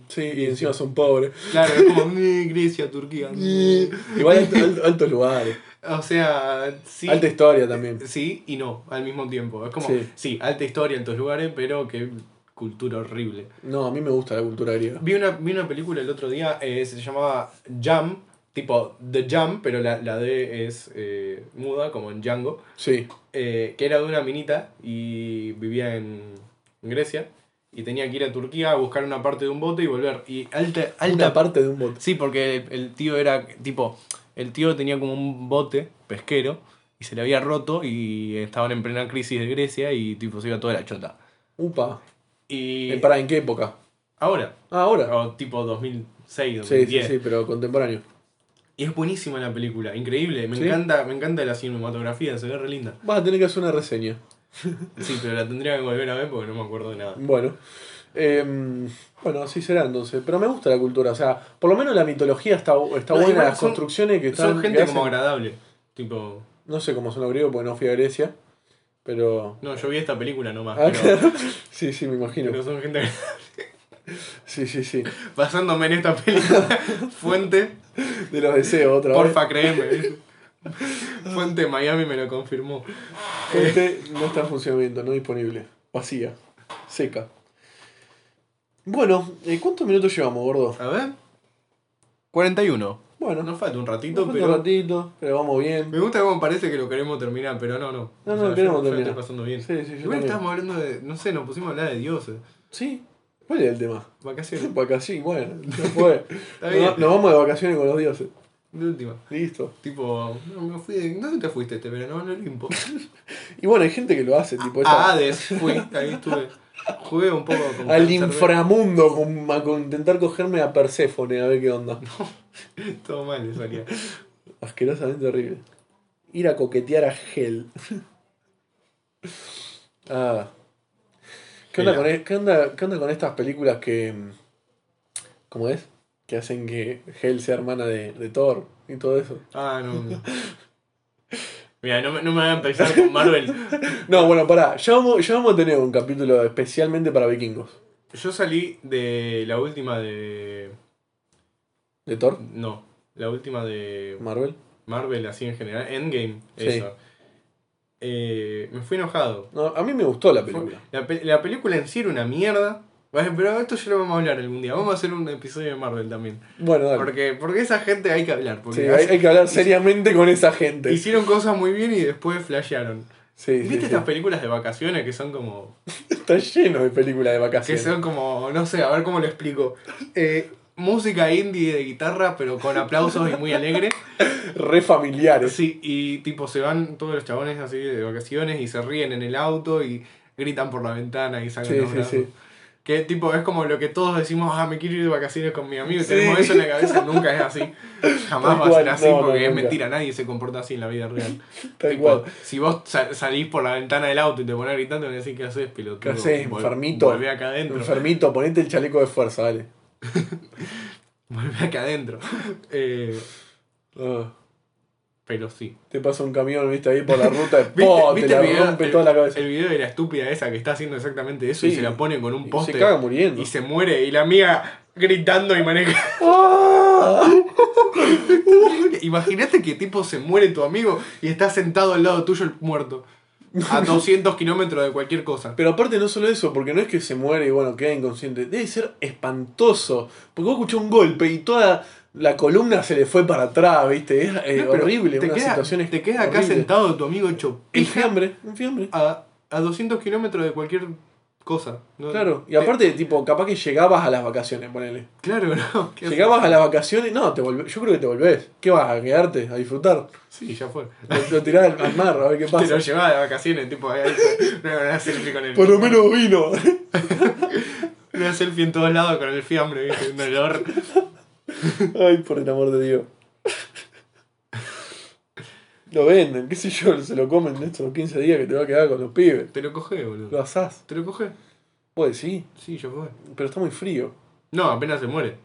Sí, y encima son pobres. Claro, es como "Mm, Grecia, Turquía. mm". Igual alto- alto- altos lugares. O sea, sí. Alta historia también. Sí y no, al mismo tiempo. Es como, Sí. sí, alta historia en tus lugares, pero qué cultura horrible. No, a mí me gusta la cultura griega. Vi una, vi una película el otro día, eh, se llamaba Jam, tipo The Jam, pero la, la D es eh, muda, como en Django. Sí. eh, que era de una minita y vivía en Grecia y tenía que ir a Turquía a buscar una parte de un bote y volver. Y alta, alta Una parte de un bote. Sí, porque el, el tío era tipo, el tío tenía como un bote pesquero y se le había roto y estaban en plena crisis de Grecia y tipo se iba toda la chota. Upa. Y Eh, ¿Para en qué época? ahora, Ah, ahora. o tipo 2006, Sí, sí, 2010. sí, pero contemporáneo. Y es buenísima la película, increíble, me ¿Sí? encanta, me encanta la cinematografía, se ve re linda. Vas a tener que hacer una reseña. Sí, pero la tendría que volver a ver porque no me acuerdo de nada. Bueno. Em, bueno, así será entonces. Pero me gusta la cultura. O sea, por lo menos la mitología está, está No, buena. igual Las son- construcciones que están. Son que gente hacen- como agradable. Tipo, No sé cómo son los griegos porque no fui a Grecia. Pero. no, yo vi esta película nomás. Ah, pero, claro. Sí, sí, me imagino. pero son gente agradable. Sí, sí, sí. Basándome en esta película, fuente, De los deseos, otra vez. porfa créeme. Fuente Miami me lo confirmó. Fuente no está en funcionamiento, no disponible. Vacía. Seca. Bueno, eh, ¿cuántos minutos llevamos, gordo? A ver. 41. Bueno, Nos falta un ratito, nos falta pero. un ratito, pero vamos bien. Me gusta cómo parece que lo queremos terminar, pero no, no. No, no, yo- lo queremos yo la terminar. estoy pasando bien. Sí, sí, yo Igual también. estábamos hablando de. No sé, nos pusimos a hablar de dioses. Sí, ¿cuál era el tema? Vacaciones. Acá sí, bueno, no fue. Está bien. Nos, nos vamos de vacaciones con los dioses. De última. Listo. Tipo, no, me fui de. ¿Dónde te fuiste este verano? Al Olimpo. Y bueno, hay gente que lo hace, tipo. esta- A Hades Ah, fui, ahí estuve. Jugué un poco con ah. al cáncer, inframundo con, a con- intentar cogerme a Perséfone a ver qué onda. Todo mal le salía. Asquerosamente horrible. Ir a coquetear a Hell. ah. ¿Qué onda, Hela. con, e- qué onda- qué onda con estas películas que. mm, ¿Cómo es? Que hacen que Hell sea hermana de, de Thor y todo eso. Ah, no. Mira, no, me- no me hagan pensar con Marvel. No, bueno, pará. Ya vamos, ya vamos a tener un capítulo especialmente para vikingos. Yo salí de la última de. ¿De Thor? No, la última de ¿Marvel? Marvel, así en general. Endgame, Sí. eso. Eh, me fui enojado. No, a mí me gustó la Fue- película. La, pe- la película en sí era una mierda. Bueno, Pero esto ya lo vamos a hablar algún día. Vamos a hacer un episodio de Marvel también. Bueno, dale. Porque, porque esa gente hay que hablar. Porque Sí, hay, hay que hablar seriamente con esa gente. Sí, hicieron cosas muy bien y después flashearon. sí, ¿Viste sí. estas películas de vacaciones que son como. Está lleno de películas de que vacaciones. son como. no sé, a ver cómo lo explico. Eh, música indie de guitarra, pero con aplausos y muy alegre. Re familiares. Sí, y tipo se van todos los chabones así de vacaciones y se ríen en el auto y gritan por la ventana y sacan Sí, los sí, brazos. sí. Que tipo es como lo que todos decimos, ah, me quiero ir de vacaciones con mi amigo y Sí. tenemos eso en la cabeza, nunca es así. Jamás Tal va a cual, ser así no, no, porque es nunca. mentira, nadie se comporta así en la vida real. Tal Tipo, cual. Si vos sa- salís por la ventana del auto y te pones gritando, me decís, ¿qué haces, pelotudo? ¿Qué haces, Vol- enfermito? Volvé acá adentro. Enfermito, ponete el chaleco de fuerza, dale. Volvé acá adentro. Eh, Ah, pero sí. te pasa un camión, viste, ahí por la ruta. ¿Viste, ¡po! viste te la el, video, rompe el- toda la cabeza. el video de la estúpida esa que está haciendo exactamente eso y Sí. se la pone con un Y poste se caga muriendo. y se muere? Y la amiga gritando y maneja. ¡Ah! Imagínate que tipo se muere tu amigo y está sentado al lado tuyo el muerto. A 200 kilómetros de cualquier cosa. Pero aparte no solo eso, porque no es que se muere y bueno, queda inconsciente. Debe ser espantoso. Porque vos escuchás un golpe y toda la columna se le fue para atrás, viste. Es eh, No, pero horrible, Te una queda, situación es te queda acá horrible. sentado tu amigo hecho En pija fiambre, en fiambre. a, a 200 kilómetros de cualquier cosa. No- Claro, y te- aparte, tipo, capaz que llegabas a las vacaciones, ponele. claro, no. ¿qué haces? Llegabas a las vacaciones, no, te volvés, yo creo que te volvés. ¿Qué vas a quedarte? A disfrutar. Sí, ya fue. Lo, lo tirás al, al mar, a ver qué Te lo pasa. llevaba de vacaciones, tipo, ahí, una, una selfie con él. Por lo menos vino. Una selfie en todos lados con el fiambre, ¿viste? Un olor. Ay, por el amor de Dios. Lo venden, qué sé yo, se lo comen en estos 15 días que te va a quedar con los pibes. Te lo coge, boludo. Lo asás. ¿Te lo coge? Pues sí, Sí, yo fue. pero está muy frío. No, apenas se muere.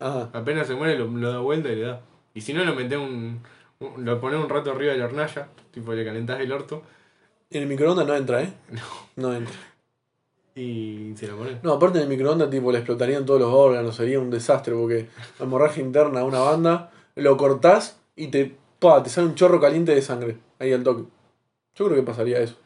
Ah, Apenas se muere, lo, lo da vuelta y le da. Y si no, lo metés un, un- Lo pones un rato arriba de la hornalla, tipo le calentás el orto en el microondas no entra, ¿eh? No entra. y se lo pones. No, aparte en el microondas, tipo, le explotarían todos los órganos, sería un desastre, porque la hemorragia interna de una banda, lo cortás y te, pa, te sale un chorro caliente de sangre, ahí al toque. Yo creo que pasaría eso.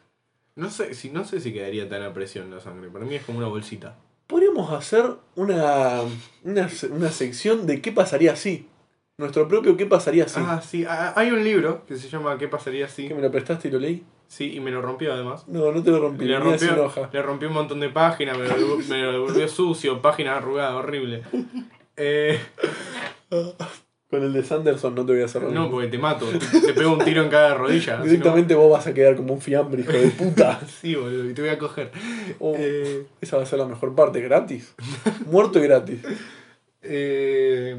No sé, si, no sé si quedaría tan a presión la sangre. Para mí es como una bolsita. Podríamos hacer una, una, se- una sección de qué pasaría si. Nuestro propio qué pasaría si. Ah, sí. ah, Hay un libro que se llama ¿Qué pasaría si? Que me lo prestaste y lo leí. Sí, y me lo rompió además. No, no te lo rompí, Le venía sin rompió, hoja. le rompió un montón de páginas, me lo, devu- me lo devolvió sucio, páginas arrugadas, horrible. Eh, Con el de Sanderson no te voy a hacer lo no, mismo. porque te mato, te, te pego un tiro en cada rodilla. si no- Directamente vos vas a quedar como un fiambre, hijo de puta. Sí, boludo, y te voy a coger. Oh, Eh, esa va a ser la mejor parte, gratis. Muerto y gratis. eh,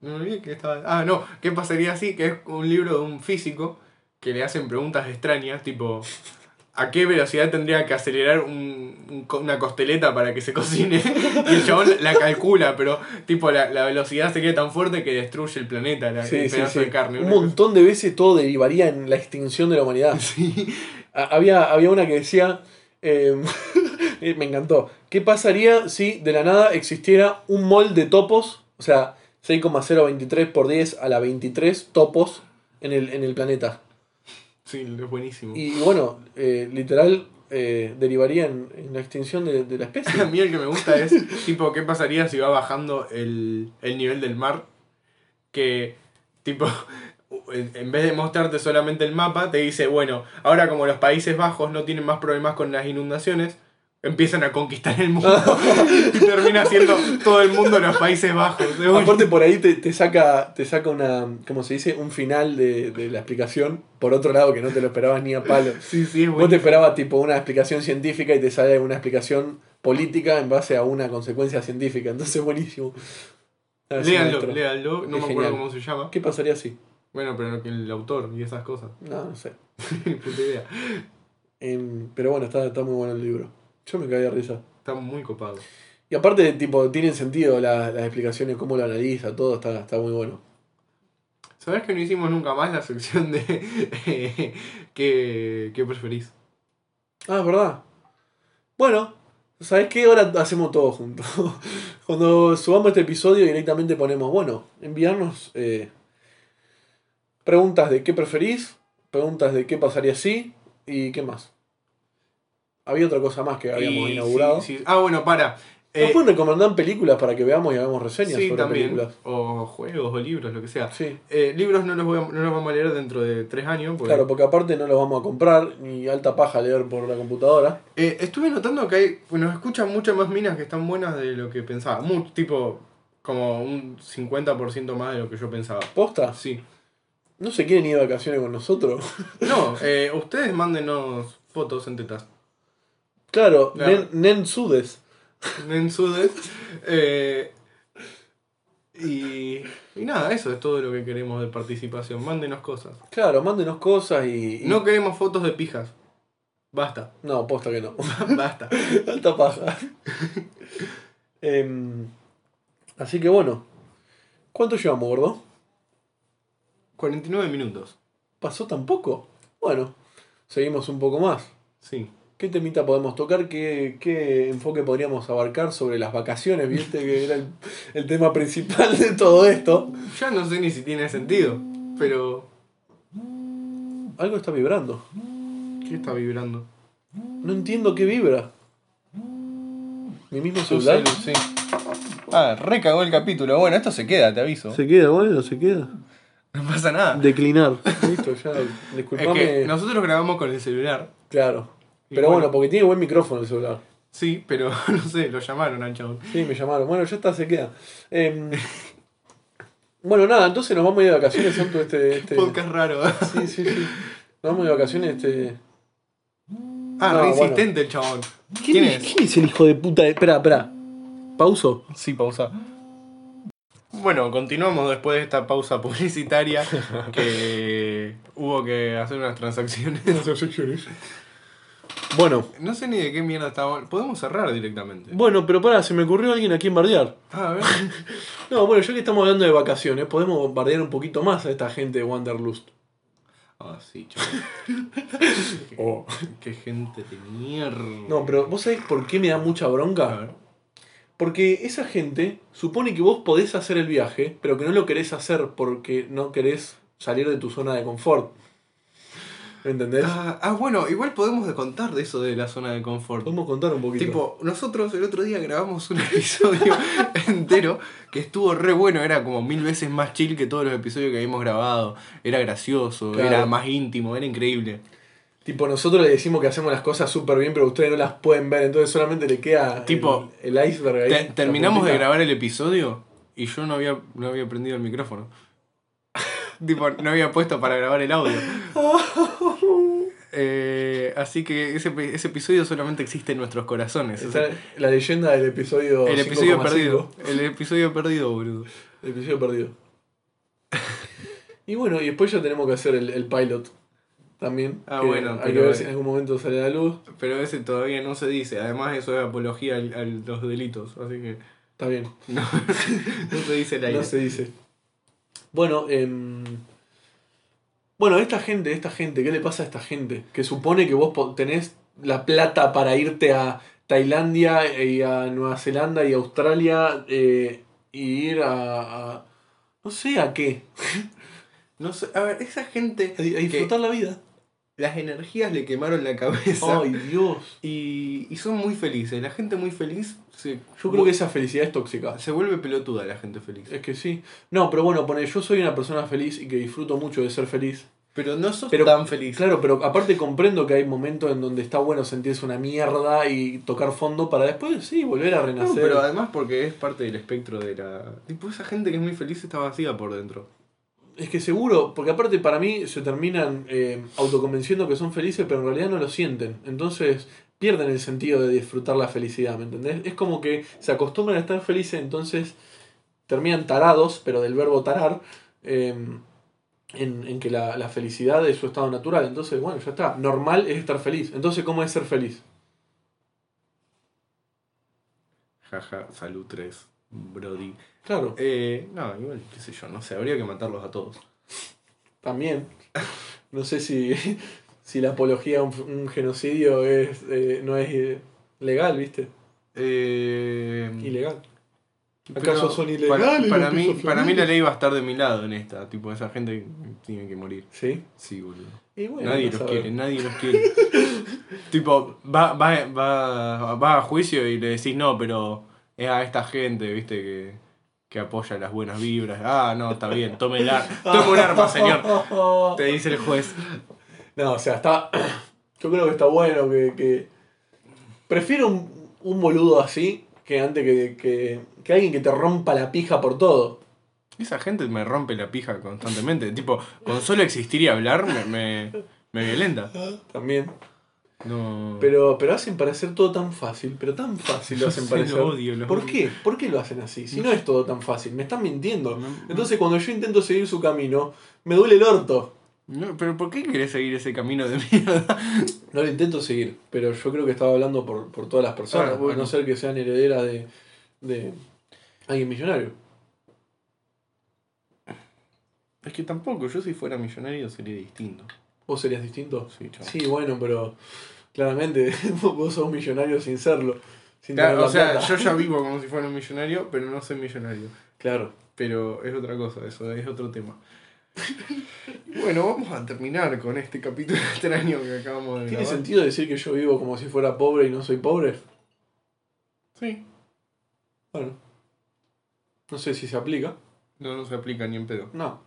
me olvidé que estaba. Ah, no, ¿qué pasaría así? Que es un libro de un físico que le hacen preguntas extrañas, tipo. ¿A qué velocidad tendría que acelerar un- un co- una costeleta para que se cocine? Y el chabón la calcula, pero tipo la, la velocidad sería tan fuerte que destruye el planeta, la, Sí, el sí, pedazo sí. de carne. Un una cosa- montón de veces todo derivaría en la extinción de la humanidad. Sí. Ha- Había, había una que decía, eh, eh, me encantó, ¿qué pasaría si de la nada existiera un mol de topos? O sea, 6,023 por 10 a la 23 topos en el, en el planeta. Sí, es buenísimo. Y, bueno, eh, literal, eh, derivaría en, en la extinción de, de la especie. A mí el que me gusta es, tipo, ¿qué pasaría si va bajando el, el nivel del mar? Que, tipo, en en vez de mostrarte solamente el mapa, te dice, bueno, ahora como los Países Bajos no tienen más problemas con las inundaciones, empiezan a conquistar el mundo. y termina siendo todo el mundo los Países Bajos. Es buenísimo. Aparte por ahí te, te saca, te saca una, como se dice, un final de, de la explicación por otro lado que no te lo esperabas ni a palo. Sí, sí, es Vos te bueno. esperabas tipo una explicación científica y te sale una explicación política en base a una consecuencia científica. Entonces buenísimo. Ah, sí, Léanlo, maestro. léanlo, no Es me acuerdo genial. cómo se llama. ¿Qué pasaría si? Bueno, pero que el autor y esas cosas. No, no sé. Ni puta idea. Em, pero bueno, está, está muy bueno el libro. Yo me caí de risa. Está muy copado. Y aparte, tipo, tienen sentido la- las explicaciones, cómo lo analiza, todo está, está muy bueno. ¿Sabés que no hicimos nunca más la sección de eh, qué, qué preferís? Ah, es verdad. Bueno, ¿sabes qué? Ahora hacemos todo juntos. Cuando subamos este episodio directamente ponemos, bueno, enviarnos eh, preguntas de qué preferís, preguntas de qué pasaría si y qué más. Había otra cosa más que habíamos Y inaugurado. sí, sí. Ah, bueno, para. Nos Eh, pueden recomendar películas para que veamos y hagamos reseñas sí, sobre también. películas. O juegos o libros, lo que sea. Sí, Eh, libros no los, voy a- no los vamos a leer dentro de tres años. porque- claro, porque aparte no los vamos a comprar ni alta paja leer por la computadora. Eh, estuve notando que hay, nos escuchan muchas más minas que están buenas de lo que pensaba. Mu- tipo, como un 50% más de lo que yo pensaba. Posta, Sí. no se quieren ir de vacaciones con nosotros. No, eh, ustedes mándenos fotos en tetas. Claro, Claro. Nen, nen Sudes. en Sudes. Eh, y, y nada, eso es todo lo que queremos de participación. Mándenos cosas. Claro, mándenos cosas y. y- No queremos fotos de pijas. Basta, No, posta que no. basta. Alta paja. Em, así que bueno. ¿Cuánto llevamos, gordo? 49 minutos. ¿Pasó tan poco? Bueno, seguimos un poco más. Sí. ¿Qué temita podemos tocar? ¿Qué, qué enfoque podríamos abarcar sobre las vacaciones? Viste que era el, el tema principal de todo esto. Ya no sé ni si tiene sentido, pero. Algo está vibrando. ¿Qué está vibrando? No entiendo qué vibra. ¿Mi mismo Tu celular? celu, sí. Ah, recagó el capítulo. Bueno, esto se queda, te aviso. Se queda, bueno, se queda. No pasa nada. Declinar. Listo, ya. Es Disculpame. que nosotros grabamos con el celular. Claro. Y Pero bueno. bueno, porque tiene buen micrófono el celular. Sí, pero no sé, lo llamaron al chabón. Sí, me llamaron. Bueno, ya está, se queda. Em, bueno, nada, entonces nos vamos a ir de vacaciones, Santo, este... este- Podcast raro. Sí, sí, sí. Nos vamos de vacaciones, este... Ah, No, re bueno. insistente el chabón. ¿Quién es? el hijo de puta de...? Espera, espera. ¿Pauso? Sí, pausa. Bueno, continuamos después de esta pausa publicitaria que que hubo que hacer unas transacciones. Las objeciones. Bueno, No sé ni de qué mierda estaba. Podemos cerrar directamente. bueno, pero pará, se me ocurrió alguien a quien bardear. Ah, a ver. No, bueno, ya que estamos hablando de vacaciones, podemos bardear un poquito más a esta gente de Wanderlust. Ah, sí, chaval. Oh. Qué gente de mierda. No, pero ¿vos sabés por qué me da mucha bronca? A ver. Porque esa gente supone que vos podés hacer el viaje, pero que no lo querés hacer porque no querés salir de tu zona de confort. ¿Entendés? Ah, ah, bueno, igual podemos contar de eso de la zona de confort. Podemos contar un poquito. Tipo, nosotros el otro día grabamos un episodio entero que estuvo re bueno, era como mil veces más chill que todos los episodios que habíamos grabado. Era gracioso, Claro. era más íntimo, era increíble. Tipo, nosotros le decimos que hacemos las cosas súper bien, pero ustedes no las pueden ver, entonces solamente le queda Tipo, el, el iceberg ahí. Te- la terminamos de puntita. grabar el episodio y yo no había, no había prendido el micrófono. tipo, no había puesto para grabar el audio. Eh, así que ese, pe- ese episodio solamente existe en nuestros corazones. Está la leyenda del episodio el episodio 5,5. perdido. El episodio perdido, boludo. El episodio perdido. y bueno, y después ya tenemos que hacer el, el pilot. También. Ah, que bueno, Hay que pero, ver eh, si en algún momento sale a la luz. Pero ese todavía no se dice. Además, eso es apología al- a los delitos. Así que Está bien. no, no se dice la No se dice. Bueno, em, bueno, esta gente, esta gente, ¿qué le pasa a esta gente? Que supone que vos po- tenés la plata para irte a Tailandia eh, y a Nueva Zelanda y Australia eh, y ir a, a- no sé a qué, No sé, a ver, esa gente. a, a disfrutar la vida. que Las energías le quemaron la cabeza. Ay, Dios. Y, y son muy felices. La gente muy feliz se, Yo creo que esa felicidad es tóxica. se vuelve pelotuda la gente feliz. Es que sí. No, pero bueno, pone, yo soy una persona feliz y que disfruto mucho de ser feliz. Pero no sos Pero- tan feliz. Claro, pero aparte comprendo que hay momentos en donde está bueno sentirse una mierda y tocar fondo para después, sí, volver a No, renacer. pero además porque es parte del espectro de la. Tipo, esa gente que es muy feliz está vacía por dentro. Es que seguro, porque aparte para mí se terminan eh, autoconvenciendo que son felices, pero en realidad no lo sienten. Entonces pierden el sentido de disfrutar la felicidad, ¿me entendés? Es como que se acostumbran a estar felices, entonces terminan tarados, pero del verbo tarar, eh, en, en que la, la felicidad es su estado natural. Entonces, bueno, ya está. Normal es estar feliz. Entonces, ¿cómo es ser feliz? Jaja, salud 3. Brody. Claro, Eh, no, igual, qué sé yo, no sé, habría que matarlos a todos. también. No sé si, si la apología a un, un genocidio es, eh, no es eh, legal, ¿viste? Eh, Ilegal. pero ¿Acaso son Para, ilegales? para los mí, pisos para mí federales? la ley va a estar de mi lado en esta. Tipo, esa gente tiene que morir. Sí. Sí, boludo. Y bueno, nadie no los sabe. quiere, nadie los quiere. tipo, va, va, va, va a juicio y le decís no, pero es a esta gente, viste, que, que apoya las buenas vibras. Ah, no, está bien, tome el arma. Tome un arma, señor. Te dice el juez. No, o sea, está. Yo creo que está bueno que. que- Prefiero un, un boludo así que antes que, que, que alguien que te rompa la pija por todo. Esa gente me rompe la pija constantemente. Tipo, con solo existir y hablar me, me, me violenta. También. No. Pero, pero hacen parecer todo tan fácil, pero tan fácil lo hacen Sí, parecer. lo odio, lo ¿Por odio. qué? ¿Por qué lo hacen así? Si no es todo tan fácil, me están mintiendo. No, no. Entonces cuando yo intento seguir su camino, me duele el orto. No, pero ¿por qué querés seguir ese camino de mierda? No lo intento seguir, pero yo creo que estaba hablando por, por todas las personas, Ah, a bueno. no ser que sean herederas de, de alguien millonario. Es que tampoco, yo si fuera millonario sería distinto. ¿Vos serías distinto? Sí, chaval. Sí, bueno, pero claramente vos sos millonario sin serlo. Sin Claro, tener o la sea, plata. yo ya vivo como si fuera un millonario, pero no soy millonario. Claro. Pero es otra cosa, eso es otro tema. bueno, vamos a terminar con este capítulo extraño que acabamos de ¿Tiene grabar. sentido decir que yo vivo como si fuera pobre y no soy pobre? Sí, Bueno. No sé si se aplica. no, no se aplica ni en pedo. No.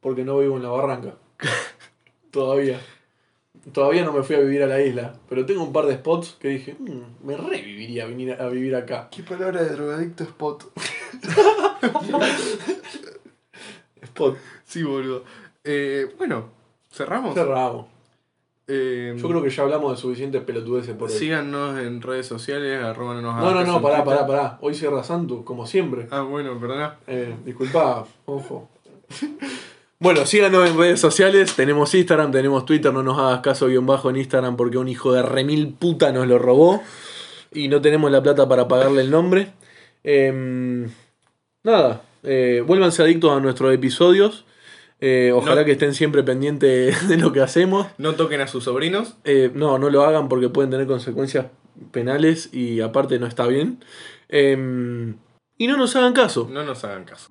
Porque no vivo en la barranca. Todavía. Todavía no me fui a vivir a la isla. Pero tengo un par de spots que dije, "Mm, me reviviría venir a, a vivir acá. ¿Qué palabra de drogadicto spot? Spot. Sí, boludo. Eh, bueno, cerramos. Cerramos. Eh, Yo creo que ya hablamos de suficientes pelotudeces por hoy. Síganos en redes sociales, arróbanos a no, no, no, pará, Twitter. pará, pará. Hoy cierra Santu, como siempre. Ah, bueno, perdona. Eh, disculpa, ojo. Eh, Bueno, síganos en redes sociales. Tenemos Instagram, tenemos Twitter. No nos hagas caso guión bajo en Instagram porque un hijo de remil puta nos lo robó. Y no tenemos la plata para pagarle el nombre. Em, nada, eh, vuélvanse adictos a nuestros episodios. Eh, ojalá No. que estén siempre pendientes de lo que hacemos. No toquen a sus sobrinos. Eh, no, no lo hagan porque pueden tener consecuencias penales y aparte no está bien. Em, y no nos hagan caso. No nos hagan caso.